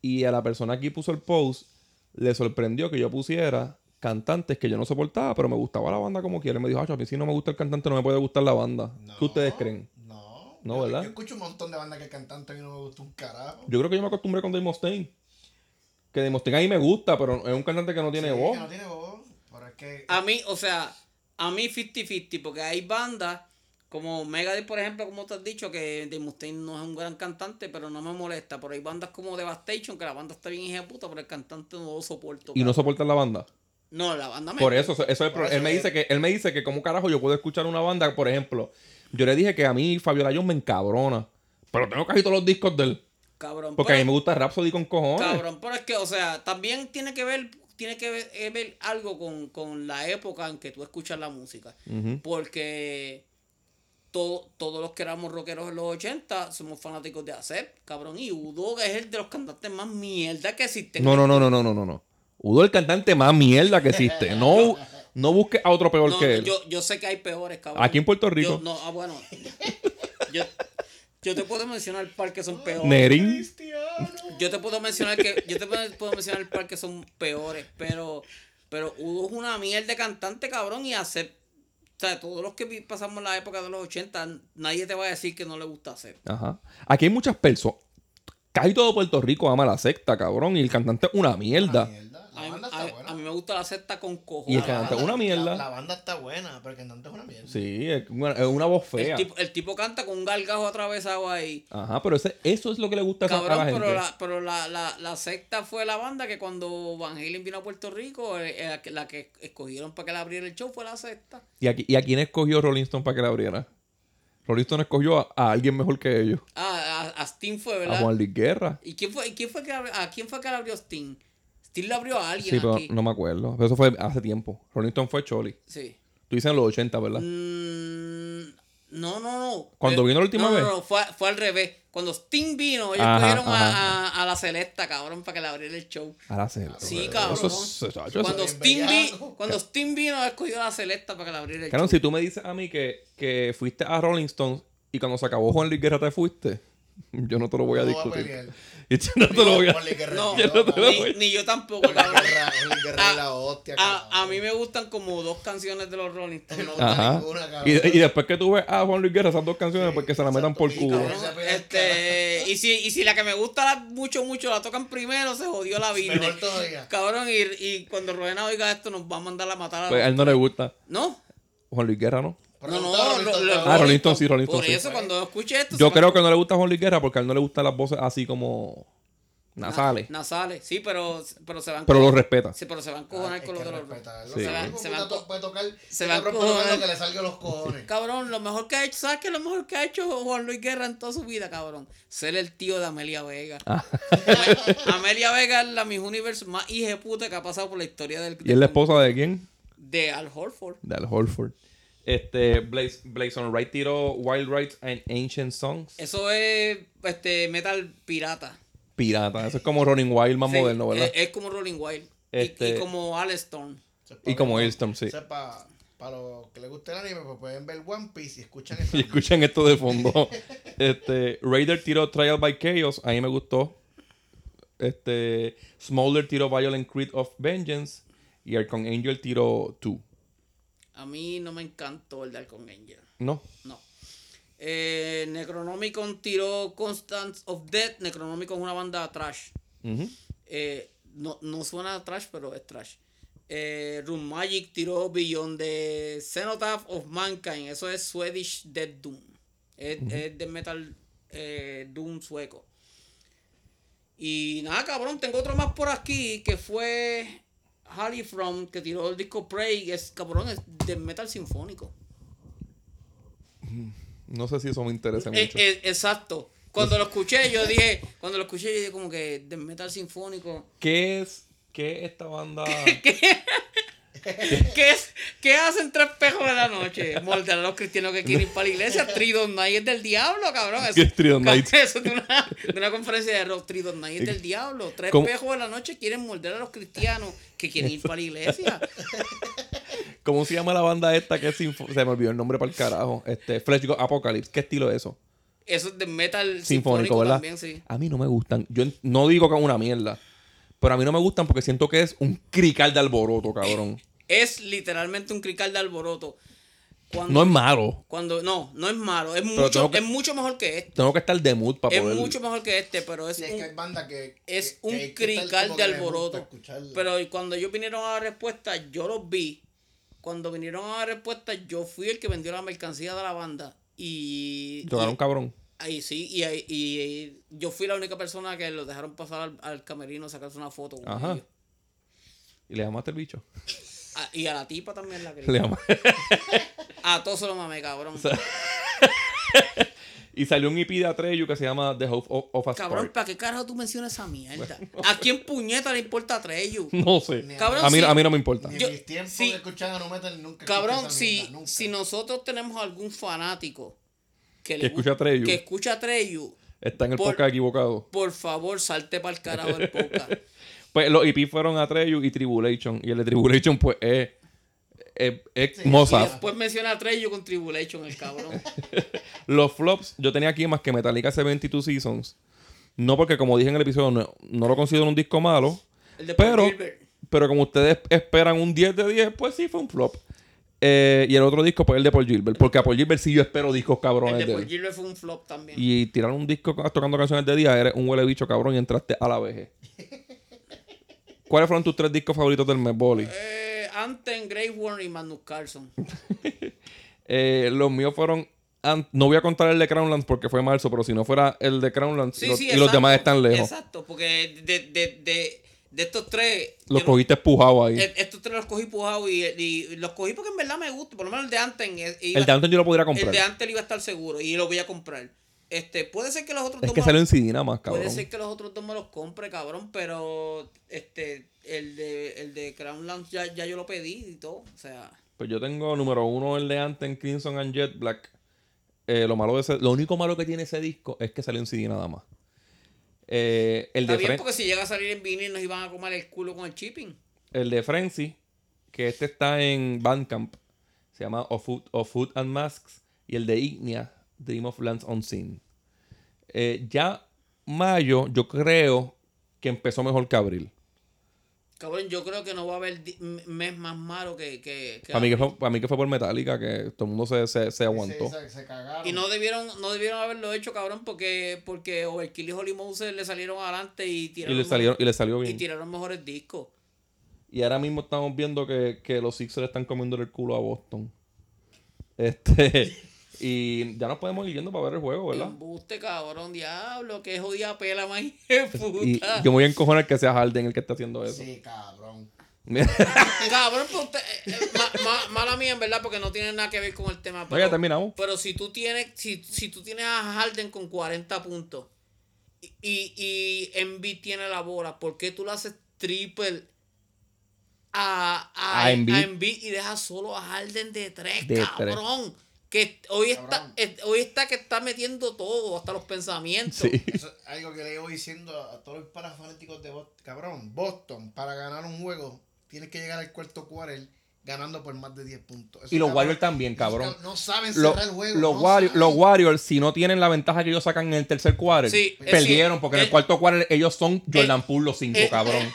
Speaker 2: Y a la persona que puso el post le sorprendió que yo pusiera cantantes que yo no soportaba, pero me gustaba la banda como quiera. Y me dijo, "Acho, a mí si no me gusta el cantante, no me puede gustar la banda. ¿Qué ustedes creen?
Speaker 4: No.
Speaker 2: No,
Speaker 4: Yo-
Speaker 2: ¿verdad?
Speaker 4: Yo escucho un montón de bandas que cantan y no me gusta un carajo.
Speaker 2: Yo creo que yo me acostumbré con Dave Mustaine. Que Dave Mustaine a mí me gusta, pero es un cantante que no tiene
Speaker 4: Sí,
Speaker 2: voz.
Speaker 4: que No tiene voz. Pero es que.
Speaker 3: A mí, o sea, a mí 50-50, porque hay bandas como Megadeth, por ejemplo, como te has dicho, que Dave Mustaine no es un gran cantante, pero no me molesta. Pero hay bandas como Devastation, que la banda está bien hija de puta, pero el cantante no lo soporto.
Speaker 2: Y no soportan la banda.
Speaker 3: No, la banda me...
Speaker 2: Por eso, eso, eso es el
Speaker 4: Por
Speaker 2: problema.
Speaker 4: eso
Speaker 2: Él me
Speaker 4: es-
Speaker 2: dice que, él me dice que cómo carajo yo puedo escuchar una banda, por ejemplo. Yo le dije que a mí Fabiola Jones me encabrona. Pero tengo casi todos los discos de él.
Speaker 3: Cabrón,
Speaker 2: Porque
Speaker 3: pero-
Speaker 2: a mí me gusta Rhapsody con cojones.
Speaker 3: Cabrón, pero es que, o sea, también tiene que ver, tiene que ver, eh, ver algo con, con la época en que tú escuchas la música.
Speaker 2: Ujú.
Speaker 3: Porque to- todos los que éramos rockeros en los 80 somos fanáticos de hacer, cabrón. Y Udo es el de los cantantes más mierda que existen.
Speaker 2: No, no, no, no, no, no, no, no. Udo es el cantante más mierda que existe. No, no busques a otro peor
Speaker 3: No,
Speaker 2: que él.
Speaker 3: yo, yo sé que hay peores, cabrón.
Speaker 2: Aquí en Puerto Rico.
Speaker 3: Yo- no, ah, bueno. Yo, yo te puedo mencionar par que son peores.
Speaker 2: Nerin.
Speaker 3: Yo te puedo mencionar que yo te puedo, puedo mencionar el par que son peores, pero pero Udo es una mierda de cantante, cabrón, y hacer o sea, todos los que vi- pasamos la época de los 80, nadie te va a decir que no le gusta hacer.
Speaker 2: Ajá. Aquí hay muchas personas. Casi todo Puerto Rico ama la secta, cabrón. Y el cantante es una mierda.
Speaker 3: Ah,
Speaker 4: La mierda. La
Speaker 3: A mí,
Speaker 4: banda
Speaker 3: a-
Speaker 4: está buena.
Speaker 3: a mí me gusta la secta con cojones.
Speaker 2: Y el
Speaker 4: La
Speaker 2: cantante es
Speaker 4: banda-
Speaker 2: una mierda.
Speaker 4: La, la banda está buena, pero el cantante es una mierda.
Speaker 2: Sí, es una, es una voz
Speaker 3: el,
Speaker 2: fea.
Speaker 3: tipo, el tipo canta con un gargajo atravesado ahí.
Speaker 2: Ajá, pero ese- eso es lo que le gusta a la
Speaker 3: Cabrón,
Speaker 2: gente.
Speaker 3: pero, la, pero la, la, la secta fue la banda que cuando Van Halen vino a Puerto Rico, eh, eh, la que- la que escogieron para que le abriera el show fue la secta.
Speaker 2: ¿Y, aquí, ¿Y a quién escogió Rolling Stone para que la abriera? Rolling Stone escogió a, a alguien mejor que ellos.
Speaker 3: Ah, a, a Sting fue,
Speaker 2: A
Speaker 3: ¿verdad?
Speaker 2: Juan Luis Guerra.
Speaker 3: ¿Y quién fue, y quién fue que abrió, a quién fue que le abrió Sting? Steel le abrió a alguien
Speaker 2: Sí, pero
Speaker 3: aquí.
Speaker 2: no me acuerdo. Pero eso fue hace tiempo. Rolling Stone fue Choli.
Speaker 3: Sí.
Speaker 2: Tú dices en los 80, ¿verdad?
Speaker 3: Mm, no, no, no.
Speaker 2: ¿Cuándo
Speaker 3: Eh,
Speaker 2: vino la última
Speaker 3: no, no,
Speaker 2: vez?
Speaker 3: No, fue, fue al revés. Cuando Sting vino, ellos
Speaker 2: Ajá,
Speaker 3: cogieron a-
Speaker 2: ajá.
Speaker 3: A, a la Celesta, cabrón, para que le abriera el show.
Speaker 2: Ahora sí.
Speaker 3: Sí, cabrón.
Speaker 2: Eso es- eso- eso-
Speaker 3: cuando,
Speaker 4: bien
Speaker 3: Sting vi-
Speaker 4: bellaco.
Speaker 3: cuando Sting vino, él cogió a la Celesta para que le abriera el
Speaker 2: Cabrón,
Speaker 3: show.
Speaker 2: si tú me dices a mí que, que fuiste a Rolling Stones y cuando se acabó Juan Luis Guerra te fuiste, yo no te lo voy a
Speaker 4: No va a
Speaker 2: discutir.
Speaker 4: pelear.
Speaker 2: Y yo no te lo voy a...
Speaker 4: Ponle que
Speaker 3: No,
Speaker 4: retiro,
Speaker 2: no te lo
Speaker 4: ponle
Speaker 2: voy
Speaker 3: ni, ni yo tampoco,
Speaker 4: que
Speaker 3: cabrón.
Speaker 4: ra- ponle que ra-
Speaker 3: Ah,
Speaker 4: la hostia,
Speaker 3: A, a
Speaker 4: cabrón.
Speaker 3: mí me gustan como dos canciones de los Rolling Stones. ¿no?
Speaker 4: Ah,
Speaker 2: Ajá.
Speaker 4: ninguna, cabrón.
Speaker 2: y, y después que tú ves a Juan Luis Guerra esas dos canciones,
Speaker 4: Sí,
Speaker 2: pues que se la metan
Speaker 4: exacto.
Speaker 2: por
Speaker 4: Y
Speaker 2: culo.
Speaker 4: cabrón, esa pelea es
Speaker 3: Este, y, si, y si la que me gusta la- mucho, mucho la tocan primero, se jodió la vida.
Speaker 4: Mejor todavía.
Speaker 3: Cabrón, y, y cuando Rodena oiga esto, nos va a mandar a matar a
Speaker 2: Pues a él no le gusta.
Speaker 3: ¿No?
Speaker 2: Juan Luis Guerra no.
Speaker 4: Pero
Speaker 3: no, no,
Speaker 4: está Rolling
Speaker 3: lo-
Speaker 4: Stone,
Speaker 3: lo-
Speaker 4: cabrón.
Speaker 2: Ah, Rolling Stone sí, Rolling
Speaker 3: Por
Speaker 2: Stone sí.
Speaker 3: eso, cuando escuche esto.
Speaker 2: Yo
Speaker 3: se me-
Speaker 2: creo que no le gusta Juan Luis Guerra porque a él no le gustan las voces así como
Speaker 3: Na-
Speaker 2: nasales.
Speaker 3: Nasales, sí, pero, pero se van.
Speaker 2: Pero lo respeta.
Speaker 3: Sí, pero se van a
Speaker 4: Ah,
Speaker 3: cojonar
Speaker 4: es
Speaker 3: con los
Speaker 4: que
Speaker 3: de los
Speaker 4: respetar.
Speaker 2: Sí.
Speaker 4: Se
Speaker 3: se
Speaker 4: va-
Speaker 3: van, se van co-
Speaker 4: puede tocar.
Speaker 3: se
Speaker 4: Se va
Speaker 3: van
Speaker 4: a tocar
Speaker 3: cojones.
Speaker 4: lo que le salga los cojones.
Speaker 3: Cabrón, lo mejor que ha hecho, ¿sabes qué? es Lo mejor que ha hecho Juan Luis Guerra en toda su vida, cabrón. Ser el tío de Amelia Vega.
Speaker 2: Ah.
Speaker 3: Amelia Vega es la Miss Universe más puta que ha pasado por la historia del.
Speaker 2: ¿Y es la esposa de quién?
Speaker 3: De Al Horford.
Speaker 2: De Al Holford. Este, Blaze, Blazon Wright tiró Wild Rights and Ancient Songs.
Speaker 3: Eso es este metal pirata.
Speaker 2: Pirata. Eso es como Rolling Wild más
Speaker 3: Sí, eh,
Speaker 2: moderno, ¿verdad?
Speaker 3: Es, es como Rolling Wild. Y-
Speaker 2: Este-
Speaker 3: Y, como Al Stone.
Speaker 2: Y como Elstorm, sí.
Speaker 4: Para los que les guste el anime, pues pueden ver One Piece y escuchan eso.
Speaker 2: Y escuchan esto de fondo. Este, Raider tiró Trial by Chaos. A mí me gustó. Este, Smolder tiró Violent Creed of Vengeance. Y Archangel tiró Two.
Speaker 3: A mí no me encantó el de Alcon Angel.
Speaker 2: No.
Speaker 3: No. Eh, Necronomicon tiró Constance of Death. Necronomicon es una banda trash.
Speaker 2: Ujú.
Speaker 3: Eh, no, no suena a trash, pero es trash. Eh, Room Magic tiró Beyond the Cenotaph of Mankind. Eso es Swedish Death Doom. Es, es de metal eh, Doom sueco. Y nada, cabrón, tengo otro más por aquí que fue Harry From que tiró el disco Prey. Es, cabrón, es de metal sinfónico.
Speaker 2: No sé si eso me interesa
Speaker 3: Eh,
Speaker 2: mucho.
Speaker 3: eh, exacto. Cuando lo escuché, yo dije, cuando lo escuché, yo dije como que de metal sinfónico.
Speaker 2: ¿Qué es, qué es esta banda?
Speaker 3: ¿Qué, es, ¿Qué hacen tres pejos de la noche? Morder a los cristianos que quieren ir para la iglesia. Tridon Night es del diablo, cabrón. Eso,
Speaker 2: ¿Qué es Tridon Night?
Speaker 3: Eso es de una, de una conferencia de rock. Tridon Night es del diablo. Tres
Speaker 2: ¿Cómo?
Speaker 3: pejos de la noche quieren morder a los cristianos que quieren ir para la iglesia.
Speaker 2: ¿Cómo se llama la banda esta que es sinfo- Se me olvidó el nombre para el carajo. Este, Flash Go- Apocalypse. ¿Qué estilo es eso?
Speaker 3: Eso es de metal
Speaker 2: Sinfónico, ¿verdad?
Speaker 3: también, sí.
Speaker 2: A mí no me gustan. Yo en- no digo que es una mierda. Pero a mí no me gustan porque siento que es un crical de alboroto, cabrón.
Speaker 3: Es literalmente un crical de alboroto. Cuando,
Speaker 2: No es malo.
Speaker 3: cuando, no, no es malo. Es
Speaker 2: tengo
Speaker 3: mucho,
Speaker 2: que-
Speaker 3: es mucho mejor que este.
Speaker 2: Tengo que estar de mood para
Speaker 3: Es
Speaker 2: poder.
Speaker 3: mucho mejor que este, pero es
Speaker 4: Si es
Speaker 3: un-
Speaker 4: que hay bandas que.
Speaker 3: es
Speaker 4: que-
Speaker 3: un
Speaker 4: que- que tal
Speaker 3: crical
Speaker 4: como
Speaker 3: de
Speaker 4: que les gusta
Speaker 3: alboroto.
Speaker 4: escucharla.
Speaker 3: Pero y cuando ellos vinieron a la respuesta, yo los vi. Cuando vinieron a la respuesta, yo fui el que vendió la mercancía de la banda. Y.
Speaker 2: Tocaron
Speaker 3: y-
Speaker 2: cabrón.
Speaker 3: ahí sí, y, ahí- y- y yo fui la única persona que los dejaron pasar al, al camerino a sacarse una foto. con
Speaker 2: Ajá.
Speaker 3: ellos.
Speaker 2: Y le llamaste el bicho.
Speaker 3: A- y a la tipa también la
Speaker 2: Le
Speaker 3: quería.
Speaker 2: llamaste.
Speaker 3: A todos se lo mamé, cabrón.
Speaker 2: Y salió un EP de Atreyu que se llama The Hope of, of a
Speaker 3: cabrón,
Speaker 2: Spark.
Speaker 3: ¿para qué carajo tú mencionas esa mierda? ¿A quién puñeta le importa a Treyu?
Speaker 2: No sé.
Speaker 4: Ni a-
Speaker 3: Cabrón,
Speaker 2: A mí,
Speaker 3: sí.
Speaker 2: a mí no me importa.
Speaker 4: Ni
Speaker 3: yo-
Speaker 4: en mis tiempos
Speaker 3: sí.
Speaker 4: que escuchaban a No Metal nunca. escuché
Speaker 3: Cabrón,
Speaker 4: esa
Speaker 3: si,
Speaker 4: mierda, nunca.
Speaker 3: si nosotros tenemos algún fanático que, le
Speaker 2: Que escucha
Speaker 3: gusta-
Speaker 2: Treyu.
Speaker 3: que escucha a Treyu,
Speaker 2: Está en el
Speaker 3: Por-
Speaker 2: podcast equivocado.
Speaker 3: por favor, salte para el carajo del podcast.
Speaker 2: Pues los EP fueron Atreyu y Tribulation. Y el de Tribulation, pues, es. Es, es
Speaker 4: Sí,
Speaker 3: y
Speaker 2: Mozart.
Speaker 3: después menciona a Treyu con Tribulation, el cabrón.
Speaker 2: Los flops, yo tenía aquí más que Metallica hace 22 Seasons. No porque, como dije en el episodio, no, no lo considero un disco malo.
Speaker 3: El de Paul
Speaker 2: Pero,
Speaker 3: Gilbert.
Speaker 2: pero como ustedes esperan un 10 de 10, pues sí fue un flop. Eh, y el otro disco, pues el de Paul Gilbert. Porque a Paul Gilbert sí yo espero discos
Speaker 3: El
Speaker 2: cabrones
Speaker 3: de
Speaker 2: de él.
Speaker 3: Paul Gilbert fue un flop también.
Speaker 2: Y tirar un disco ca- tocando canciones de día, eres un huele bicho cabrón y entraste a la vejez. ¿Cuáles fueron tus tres discos favoritos del mes, Boli?
Speaker 3: Eh, Anten, Grey Warren y Magnus Carlson.
Speaker 2: Eh, los míos fueron. an- No voy a contar el de Crownlands porque fue marzo, pero si no fuera el de Crownlands
Speaker 3: Sí,
Speaker 2: y los-
Speaker 3: sí,
Speaker 2: y los
Speaker 3: exacto,
Speaker 2: demás están lejos.
Speaker 3: Exacto, porque de, de, de, de estos tres.
Speaker 2: Los
Speaker 3: yo no-
Speaker 2: cogiste espujado ahí.
Speaker 3: eh, estos tres los cogí pujados y, y los cogí porque en verdad me gusta. Por lo menos el de Anten. eh, iba-
Speaker 2: El de Anton yo lo pudiera comprar.
Speaker 3: El de antes le iba a estar seguro y lo voy a comprar. Este, puede ser que los otros
Speaker 2: Es
Speaker 3: dos
Speaker 2: que
Speaker 3: me-
Speaker 2: salió en CD nada más, cabrón.
Speaker 3: Puede ser que los otros dos me los compre, cabrón, pero este, el de, el de Crown Lounge ya, ya yo lo pedí y todo. O sea,
Speaker 2: Pues yo tengo número uno el de Anten, Crimson and Jet Black. Eh, lo, malo de ese- lo único malo que tiene ese disco es que salió en CD nada más. Eh, el,
Speaker 3: está
Speaker 2: de
Speaker 3: bien
Speaker 2: Fren-
Speaker 3: porque si llega a salir en vinil nos iban a comer el culo con el shipping.
Speaker 2: el de Frenzy, que este está en Bandcamp, se llama Of Food, of Food and Masks. Y el de Ignia, Dream of Lands Unseen. Eh, ya mayo, yo creo que empezó mejor que abril.
Speaker 3: Cabrón, yo creo que no va a haber di- m- mes más malo que... que, que
Speaker 2: Para mí, que fue, para mí que fue por Metallica, que todo el mundo se, se- se aguantó.
Speaker 4: Se, se- se cagaron.
Speaker 3: Y no debieron, no debieron haberlo hecho, cabrón, porque, porque Overkill y Holy Moses le salieron adelante y
Speaker 2: Y
Speaker 3: tiraron,
Speaker 2: le, salieron, y le salió
Speaker 3: y
Speaker 2: bien.
Speaker 3: tiraron mejores discos.
Speaker 2: Y ahora mismo estamos viendo que, que los Sixers están comiéndole el culo a Boston. Este. Y ya nos podemos ir yendo para ver el juego, ¿verdad?
Speaker 3: Embuste, cabrón, diablo, que jodida pela, más de
Speaker 2: Y
Speaker 3: puta.
Speaker 2: yo me voy a encojonar que sea Harden el que está haciendo eso.
Speaker 4: Sí, cabrón.
Speaker 2: Mira,
Speaker 3: Cabrón, pues usted, eh, eh, ma- ma- mala mía, en verdad, porque no tiene nada que ver con el tema.
Speaker 2: ya terminamos.
Speaker 3: pero si tú tienes, si, si tú tienes a Harden con 40 puntos y, y, y Embiid tiene la bola, ¿por qué tú le haces triple a, a,
Speaker 2: A
Speaker 3: a
Speaker 2: Embiid.
Speaker 3: Embiid. y dejas solo a Harden de tres,
Speaker 2: De tres.
Speaker 3: cabrón? Que hoy está,
Speaker 4: Cabrón.
Speaker 3: eh, hoy está que está metiendo todo, hasta los pensamientos.
Speaker 2: Sí.
Speaker 4: Eso es algo que le llevo diciendo a a todos los parafanáticos de Boston. Cabrón, Boston, para ganar un juego, tienes que llegar al cuarto quarter ganando por más de 10 puntos. Eso,
Speaker 2: Y los
Speaker 4: cabrón,
Speaker 2: Warriors también,
Speaker 4: esos
Speaker 2: cabrón.
Speaker 4: cab- No saben
Speaker 2: Lo-
Speaker 4: cerrar el juego.
Speaker 2: los,
Speaker 4: no
Speaker 2: Warriors,
Speaker 4: saben.
Speaker 2: los Warriors, si no tienen la ventaja que ellos sacan en el tercer quarter,
Speaker 3: Sí, es
Speaker 2: perdieron
Speaker 3: que-
Speaker 2: porque en el
Speaker 3: eh,
Speaker 2: cuarto quarter ellos son Jordan Poole los cinco,
Speaker 3: eh,
Speaker 2: cabrón.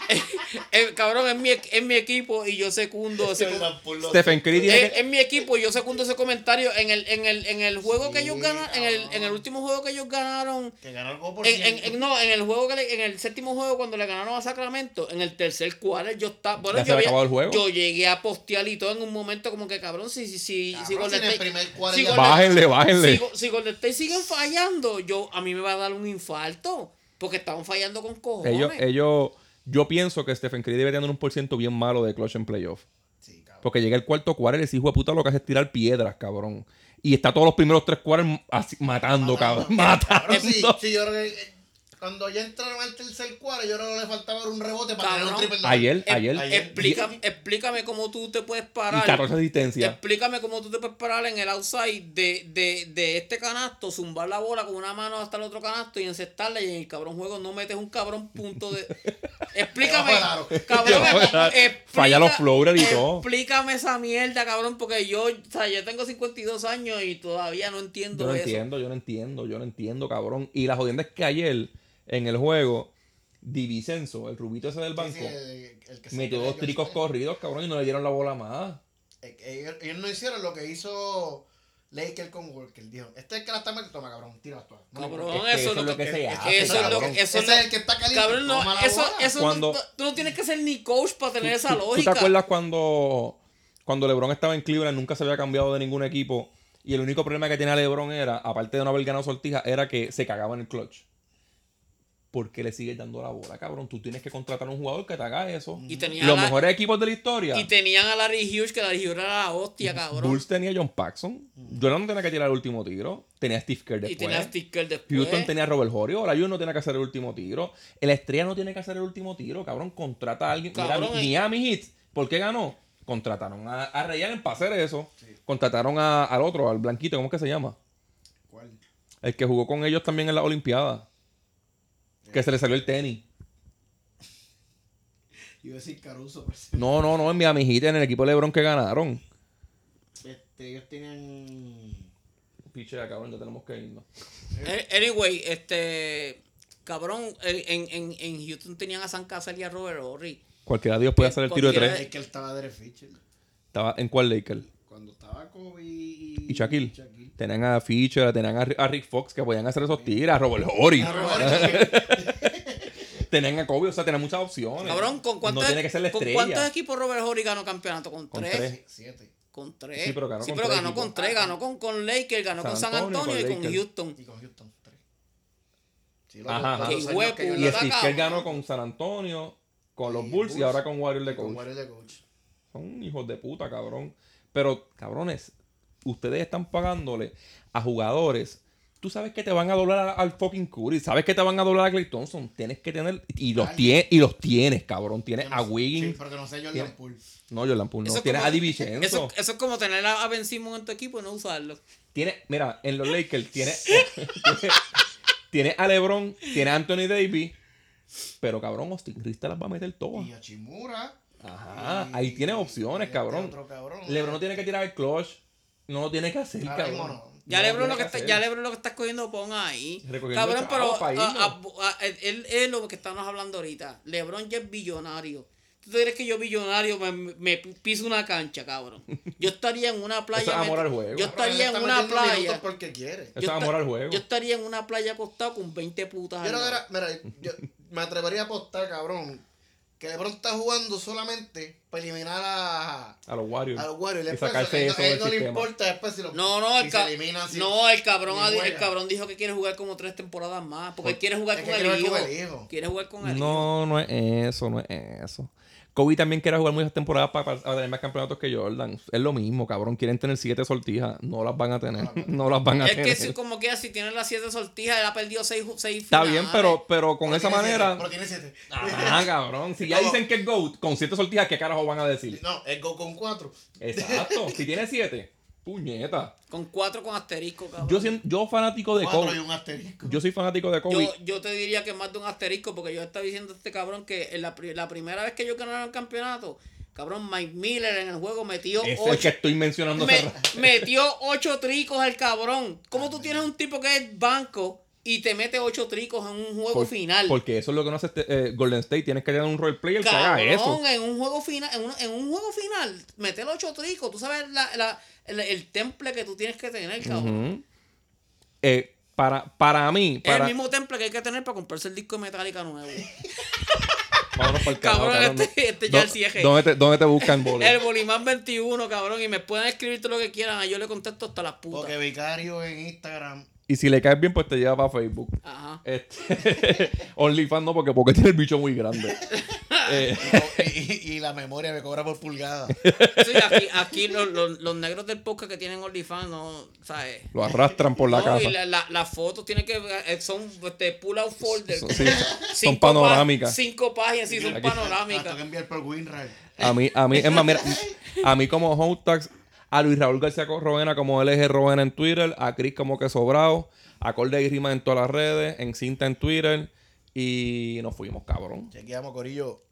Speaker 3: Eh, cabrón, es mi, es mi equipo y yo secundo.
Speaker 4: Jordan
Speaker 3: secundo-
Speaker 4: Poole lo-
Speaker 2: Stephen Curry tiene
Speaker 3: Es,
Speaker 2: que-
Speaker 3: es mi equipo y yo secundo ese comentario en el en el en el juego que ellos
Speaker 4: Sí,
Speaker 3: ganaron en el,
Speaker 4: cabrón.
Speaker 3: en el último juego que ellos ganaron
Speaker 4: Que ganó algo por
Speaker 3: en, en-
Speaker 4: ciento.
Speaker 3: en- no en el juego que le- en el séptimo juego cuando le ganaron a Sacramento en el tercer cuadro yo estaba bueno,
Speaker 2: Ya se
Speaker 3: yo,
Speaker 2: había acabado el juego.
Speaker 3: yo llegué a postear y todo en un momento como que cabrón si si si
Speaker 4: Cabrón,
Speaker 3: si Golden
Speaker 4: si en el
Speaker 3: State-
Speaker 4: primer cuadro
Speaker 3: si
Speaker 4: ya-
Speaker 3: Golden-
Speaker 2: Bájenle, bájenle.
Speaker 3: si Go- si Golden State siguen fallando yo a mí me va a dar un infarto porque estaban fallando con cojones
Speaker 2: Ellos, ellos, yo pienso que Stephen Curry debe tener un por ciento bien malo de clutch en playoff.
Speaker 4: Sí, cabrón.
Speaker 2: Porque llega el cuarto cuarto y ese hijo de puta lo que hace es tirar piedras, cabrón. Y está todos los primeros tres cuartos así, matando, cabrón. Matando.
Speaker 4: Cabrón, sí, sí, yo creo que, eh, cuando ya entraron al tercer cuadro, yo creo que le faltaba un rebote para tener un
Speaker 3: Cabrón.
Speaker 4: triple doble.
Speaker 2: Ayer,
Speaker 3: Em-
Speaker 2: ayer.
Speaker 4: ayer.
Speaker 3: explícame explícame cómo tú te puedes
Speaker 2: Y
Speaker 3: parar
Speaker 2: 14 asistencias.
Speaker 3: Explícame cómo tú te puedes parar en el outside de, de, de este canasto, zumbar la bola con una mano hasta el otro canasto y encestarla y en el cabrón juego no metes un cabrón punto de... Explícame,
Speaker 4: Te va a parar.
Speaker 3: cabrón,
Speaker 2: Te va a parar.
Speaker 3: explica-
Speaker 2: Falla los floaters y todo.
Speaker 3: Explícame esa mierda, cabrón, porque yo, o sea, yo tengo 52 años y todavía no entiendo
Speaker 2: Yo no
Speaker 3: eso.
Speaker 2: entiendo, yo no entiendo, yo no entiendo, cabrón. Y la jodienda es que ayer, en el juego, Divicenzo, el rubito ese del
Speaker 4: Sí,
Speaker 2: banco,
Speaker 4: sí, el- el que se
Speaker 2: metió
Speaker 4: cree
Speaker 2: dos
Speaker 4: que-
Speaker 2: tricos corridos, cabrón, y no le dieron la bola más.
Speaker 4: Eh, Ellos, ellos no hicieron lo que hizo Laker con Walker. Dijo, este es el que la está mal, toma cabrón, tira todas. No me
Speaker 3: Cabrón,
Speaker 2: Es que
Speaker 3: eso, es lo que,
Speaker 2: se
Speaker 3: es que
Speaker 2: hace,
Speaker 3: eso es lo que-
Speaker 2: cabrón.
Speaker 3: eso
Speaker 4: Ese
Speaker 3: es lo-
Speaker 4: es el que está caliente,
Speaker 3: Cabrón, no,
Speaker 4: toma la
Speaker 3: eso,
Speaker 4: bola.
Speaker 3: eso no-
Speaker 2: Cuando-
Speaker 3: tú no tienes que ser ni coach para tener esa
Speaker 2: ¿Tú-
Speaker 3: lógica.
Speaker 2: ¿Tú te acuerdas cuando, cuando LeBron estaba en Cleveland, nunca se había cambiado de ningún equipo? Y el único problema que tenía LeBron era, aparte de no haber ganado sortija, era que se cagaba en el clutch. ¿Por qué le sigues dando la bola, cabrón? Tú tienes que contratar a un jugador que te haga eso.
Speaker 3: Y tenía
Speaker 2: Los
Speaker 3: la-
Speaker 2: mejores equipos de la historia.
Speaker 3: Y tenían a Larry Hughes, que Larry Hughes era la hostia, cabrón. Mm.
Speaker 2: Bulls tenía a John Paxson. Jordan no tenía que tirar el último tiro. Tenía a Steve Kerr después.
Speaker 3: Y tenía a Steve Kerr después.
Speaker 2: Houston tenía a Robert Horry. Ahora Houston no tiene que hacer el último tiro. El estrella no tiene que hacer el último tiro, cabrón. Contrata a alguien. Mira,
Speaker 3: Cabrón, eh.
Speaker 2: Miami Heat. ¿Por qué ganó? Contrataron a, a Rayan para hacer eso. Contrataron a- al otro, al blanquito. ¿Cómo es que se llama?
Speaker 4: ¿Cuál?
Speaker 2: El que jugó con ellos también en las Olimpiadas. Que se le salió el tenis.
Speaker 4: Iba a decir Caruso, pero sí.
Speaker 2: No, no, no. En Miami Heat, en el equipo de LeBron que ganaron.
Speaker 4: Este, ellos tenían.
Speaker 2: Piche, cabrón, ya tenemos que irnos.
Speaker 3: Eh, Anyway, este. Cabrón, en, en, en Houston tenían a San Casal y a Robert Horry.
Speaker 2: Cualquiera de ellos puede hacer el tiro de
Speaker 3: Cualquiera
Speaker 2: tres.
Speaker 4: Es que él estaba de Fisher.
Speaker 2: Estaba en cuál Laker.
Speaker 4: Cuando estaba Kobe y.
Speaker 2: y Shaquille. Tenían a Fisher, tenían a, a Rick Fox que podían hacer esos tiros, a Robert Horry,
Speaker 4: Ah, Robert-
Speaker 2: tenían a Kobe, o sea, tenían muchas opciones.
Speaker 3: Cabrón, ¿con cuántos,
Speaker 2: No tiene que ser la
Speaker 3: ¿con
Speaker 2: estrella.
Speaker 3: cuántos equipos Robert Horry ganó campeonato? Con,
Speaker 2: Con
Speaker 3: tres.
Speaker 2: tres.
Speaker 4: Siete.
Speaker 3: Con tres.
Speaker 2: Sí, pero ganó con
Speaker 3: pero
Speaker 2: tres
Speaker 3: ganó
Speaker 2: equipos.
Speaker 3: con tres. Ganó con, con Lakers, ganó
Speaker 2: San
Speaker 3: con San
Speaker 2: Antonio, con
Speaker 3: Antonio, y con
Speaker 2: Lakers.
Speaker 4: Y
Speaker 3: Houston.
Speaker 4: con Houston, tres. Sí,
Speaker 2: Ajá, ajá.
Speaker 4: los años
Speaker 3: Qué huevo,
Speaker 4: que yo
Speaker 2: y
Speaker 4: le-
Speaker 3: la
Speaker 2: Steve
Speaker 3: saca,
Speaker 2: Kerr ganó
Speaker 4: cabrón.
Speaker 2: con San Antonio, con los
Speaker 4: Y
Speaker 2: Bulls y
Speaker 4: Bulls.
Speaker 2: ahora con Warriors de
Speaker 4: con
Speaker 2: Coach.
Speaker 4: Warriors de coach.
Speaker 2: Son hijos de puta, cabrón. Pero, cabrones, ustedes están pagándole a jugadores Tú sabes que te van a doblar a- al fucking Curry. Sabes que te van a doblar a Clay Thompson. Tienes que tener. Y los,
Speaker 4: Ay.
Speaker 2: tie- y los tienes, cabrón. Tienes
Speaker 4: Que no
Speaker 2: a
Speaker 4: sé-
Speaker 2: Wiggins.
Speaker 4: Sí, pero que no sea
Speaker 2: Tiene-
Speaker 4: Jordan Poole.
Speaker 2: No, Jordan Poole, no.
Speaker 3: Eso es
Speaker 2: tienes
Speaker 3: como-
Speaker 2: a DiVincenzo.
Speaker 3: Eso, eso es como tener a a Ben Simmons en tu equipo y no usarlo.
Speaker 2: Tiene, mira, en los Lakers tiene, tiene, tiene a LeBron, tiene a Anthony Davis, pero cabrón, Austin Reeves te las va a meter todas.
Speaker 4: Y a Chimura.
Speaker 2: Ajá, Ah,
Speaker 4: y-
Speaker 2: ahí tienes
Speaker 4: y
Speaker 2: opciones,
Speaker 4: este
Speaker 2: cabrón.
Speaker 4: otro cabrón.
Speaker 2: LeBron no tiene que tirar el clutch, no lo tiene que hacer,
Speaker 4: Ahora
Speaker 2: cabrón.
Speaker 4: mismo no.
Speaker 3: Ya
Speaker 2: No
Speaker 3: Lebron
Speaker 2: tiene
Speaker 3: lo que
Speaker 2: que
Speaker 3: está,
Speaker 2: hacer.
Speaker 3: ya Lebron lo que está escogiendo pon ahí.
Speaker 2: Recogiendo chavos
Speaker 3: Cabrón, pero ah,
Speaker 2: pa' irnos.
Speaker 3: a- a- a- él es lo que estamos hablando ahorita. Lebron ya es billonario. ¿Tú te crees que yo billonario me, me piso una cancha, cabrón? Yo estaría en una playa.
Speaker 2: Eso es amor
Speaker 3: met-
Speaker 2: al juego.
Speaker 3: Yo
Speaker 4: Ah, pero él
Speaker 3: estaría en
Speaker 4: está
Speaker 3: una
Speaker 4: metiendo minutos
Speaker 3: playa.
Speaker 4: Porque quiere.
Speaker 2: Eso
Speaker 3: Yo
Speaker 2: es amor
Speaker 3: esta-
Speaker 2: al juego.
Speaker 3: Yo estaría en una playa acostado con 20 putas.
Speaker 4: Yo
Speaker 3: al
Speaker 4: no
Speaker 3: lado.
Speaker 4: era- mira, yo me atrevería a apostar, cabrón, que LeBron está jugando solamente para eliminar a,
Speaker 2: A los Warriors.
Speaker 4: a los Warriors.
Speaker 2: Y
Speaker 4: Después,
Speaker 2: sacarse
Speaker 4: a él,
Speaker 2: eso
Speaker 4: a él
Speaker 2: del
Speaker 4: no le
Speaker 2: sistema.
Speaker 4: importa después si lo
Speaker 3: No, no, el,
Speaker 4: si se
Speaker 3: ca-
Speaker 4: elimina así.
Speaker 3: no, el cabrón
Speaker 4: Ni
Speaker 3: ha di- el
Speaker 4: juega.
Speaker 3: cabrón dijo que quiere jugar como tres temporadas más. Porque él quiere jugar
Speaker 4: Es
Speaker 3: con
Speaker 4: que
Speaker 3: el,
Speaker 4: quiere
Speaker 3: hijo.
Speaker 4: jugar con el hijo.
Speaker 3: Quiere jugar con el hijo.
Speaker 2: No, no es eso, no es eso. Kobe también quiere jugar muchas temporadas para, para tener más campeonatos que Jordan. Es lo mismo, cabrón. Quieren tener siete sortijas. No las van a tener. No las van a
Speaker 3: Es
Speaker 2: tener.
Speaker 3: que si, como que si tiene las siete sortijas, él ha perdido seis, ju- seis
Speaker 2: Está
Speaker 3: finales.
Speaker 2: bien, pero, pero con
Speaker 4: Pero
Speaker 2: esa
Speaker 4: tiene siete,
Speaker 2: manera.
Speaker 4: Pero tiene siete.
Speaker 2: Ah, cabrón. Si ya
Speaker 4: No.
Speaker 2: dicen que es GOAT, con siete sortijas, ¿qué carajo van a decir?
Speaker 4: No, el go con cuatro.
Speaker 2: Exacto. Si tiene siete, puñeta.
Speaker 3: Con cuatro con asterisco, cabrón.
Speaker 2: Yo, sien- yo fanático de
Speaker 4: Cuatro y
Speaker 2: Kobe.
Speaker 4: un asterisco.
Speaker 2: Yo soy fanático de Kobe.
Speaker 3: Yo, yo te diría que más de un asterisco, porque yo estaba diciendo a este cabrón que en la, pri- la primera vez que yo ganaron el campeonato, cabrón, Mike Miller en el juego metió
Speaker 2: es el que
Speaker 3: ocho.
Speaker 2: estoy mencionando.
Speaker 3: me-
Speaker 2: hace rato.
Speaker 3: metió ocho tricos el cabrón. ¿Cómo tú tienes un tipo que es banco y te mete ocho tricos en un juego
Speaker 2: Por-
Speaker 3: final?
Speaker 2: Porque eso es lo que no hace este- eh, Golden State. Tienes que tener un role player que haga eso.
Speaker 3: Cabrón, en un juego final, en un, en un juego final, meter ocho tricos. Tú sabes la- la- el, el temple que tú tienes que tener, cabrón.
Speaker 2: Ujú. Eh, para, para mí,
Speaker 3: Es el
Speaker 2: para.
Speaker 3: mismo temple que hay que tener para comprarse el disco de Metallica nuevo.
Speaker 2: Vámonos pa'l
Speaker 3: Cabrón,
Speaker 2: carajo,
Speaker 3: este- este ya
Speaker 2: ¿Dó-
Speaker 3: el cierre.
Speaker 2: ¿Dónde te, dónde te buscan, boludo?
Speaker 3: El Bolimán 21, cabrón. Y me pueden escribir todo lo que quieran. Yo le contesto hasta las putas.
Speaker 4: Porque Vicario en Instagram.
Speaker 2: Y si le caes bien, pues te lleva para Facebook.
Speaker 3: Ajá.
Speaker 2: Este, OnlyFans no, porque porque tiene el bicho muy grande. Eh,
Speaker 4: y- Y, y la memoria me cobra por pulgada.
Speaker 3: Sí, aquí, aquí los, los- los negros del podcast que tienen OnlyFans, no, ¿sabes?
Speaker 2: lo arrastran por la
Speaker 3: No,
Speaker 2: casa.
Speaker 3: y la- la- las fotos tienen que eh, son este, pull out folder.
Speaker 2: Son- sí, son
Speaker 3: Cinco
Speaker 2: panorámicas.
Speaker 3: pa- cinco páginas, sí, son
Speaker 2: Aquí.
Speaker 4: La tengo que
Speaker 3: panorámicas.
Speaker 4: enviar por WinRAR.
Speaker 2: A mí, a mí, es más, mira, a mí como Hotax, a Luis Raúl García Rovena como LG Rovena en Twitter, a Chris como que sobrado, a Corda y Rima en todas las redes, en cinta en Twitter, y nos fuimos, cabrón.
Speaker 4: Chequeamos, Corillo.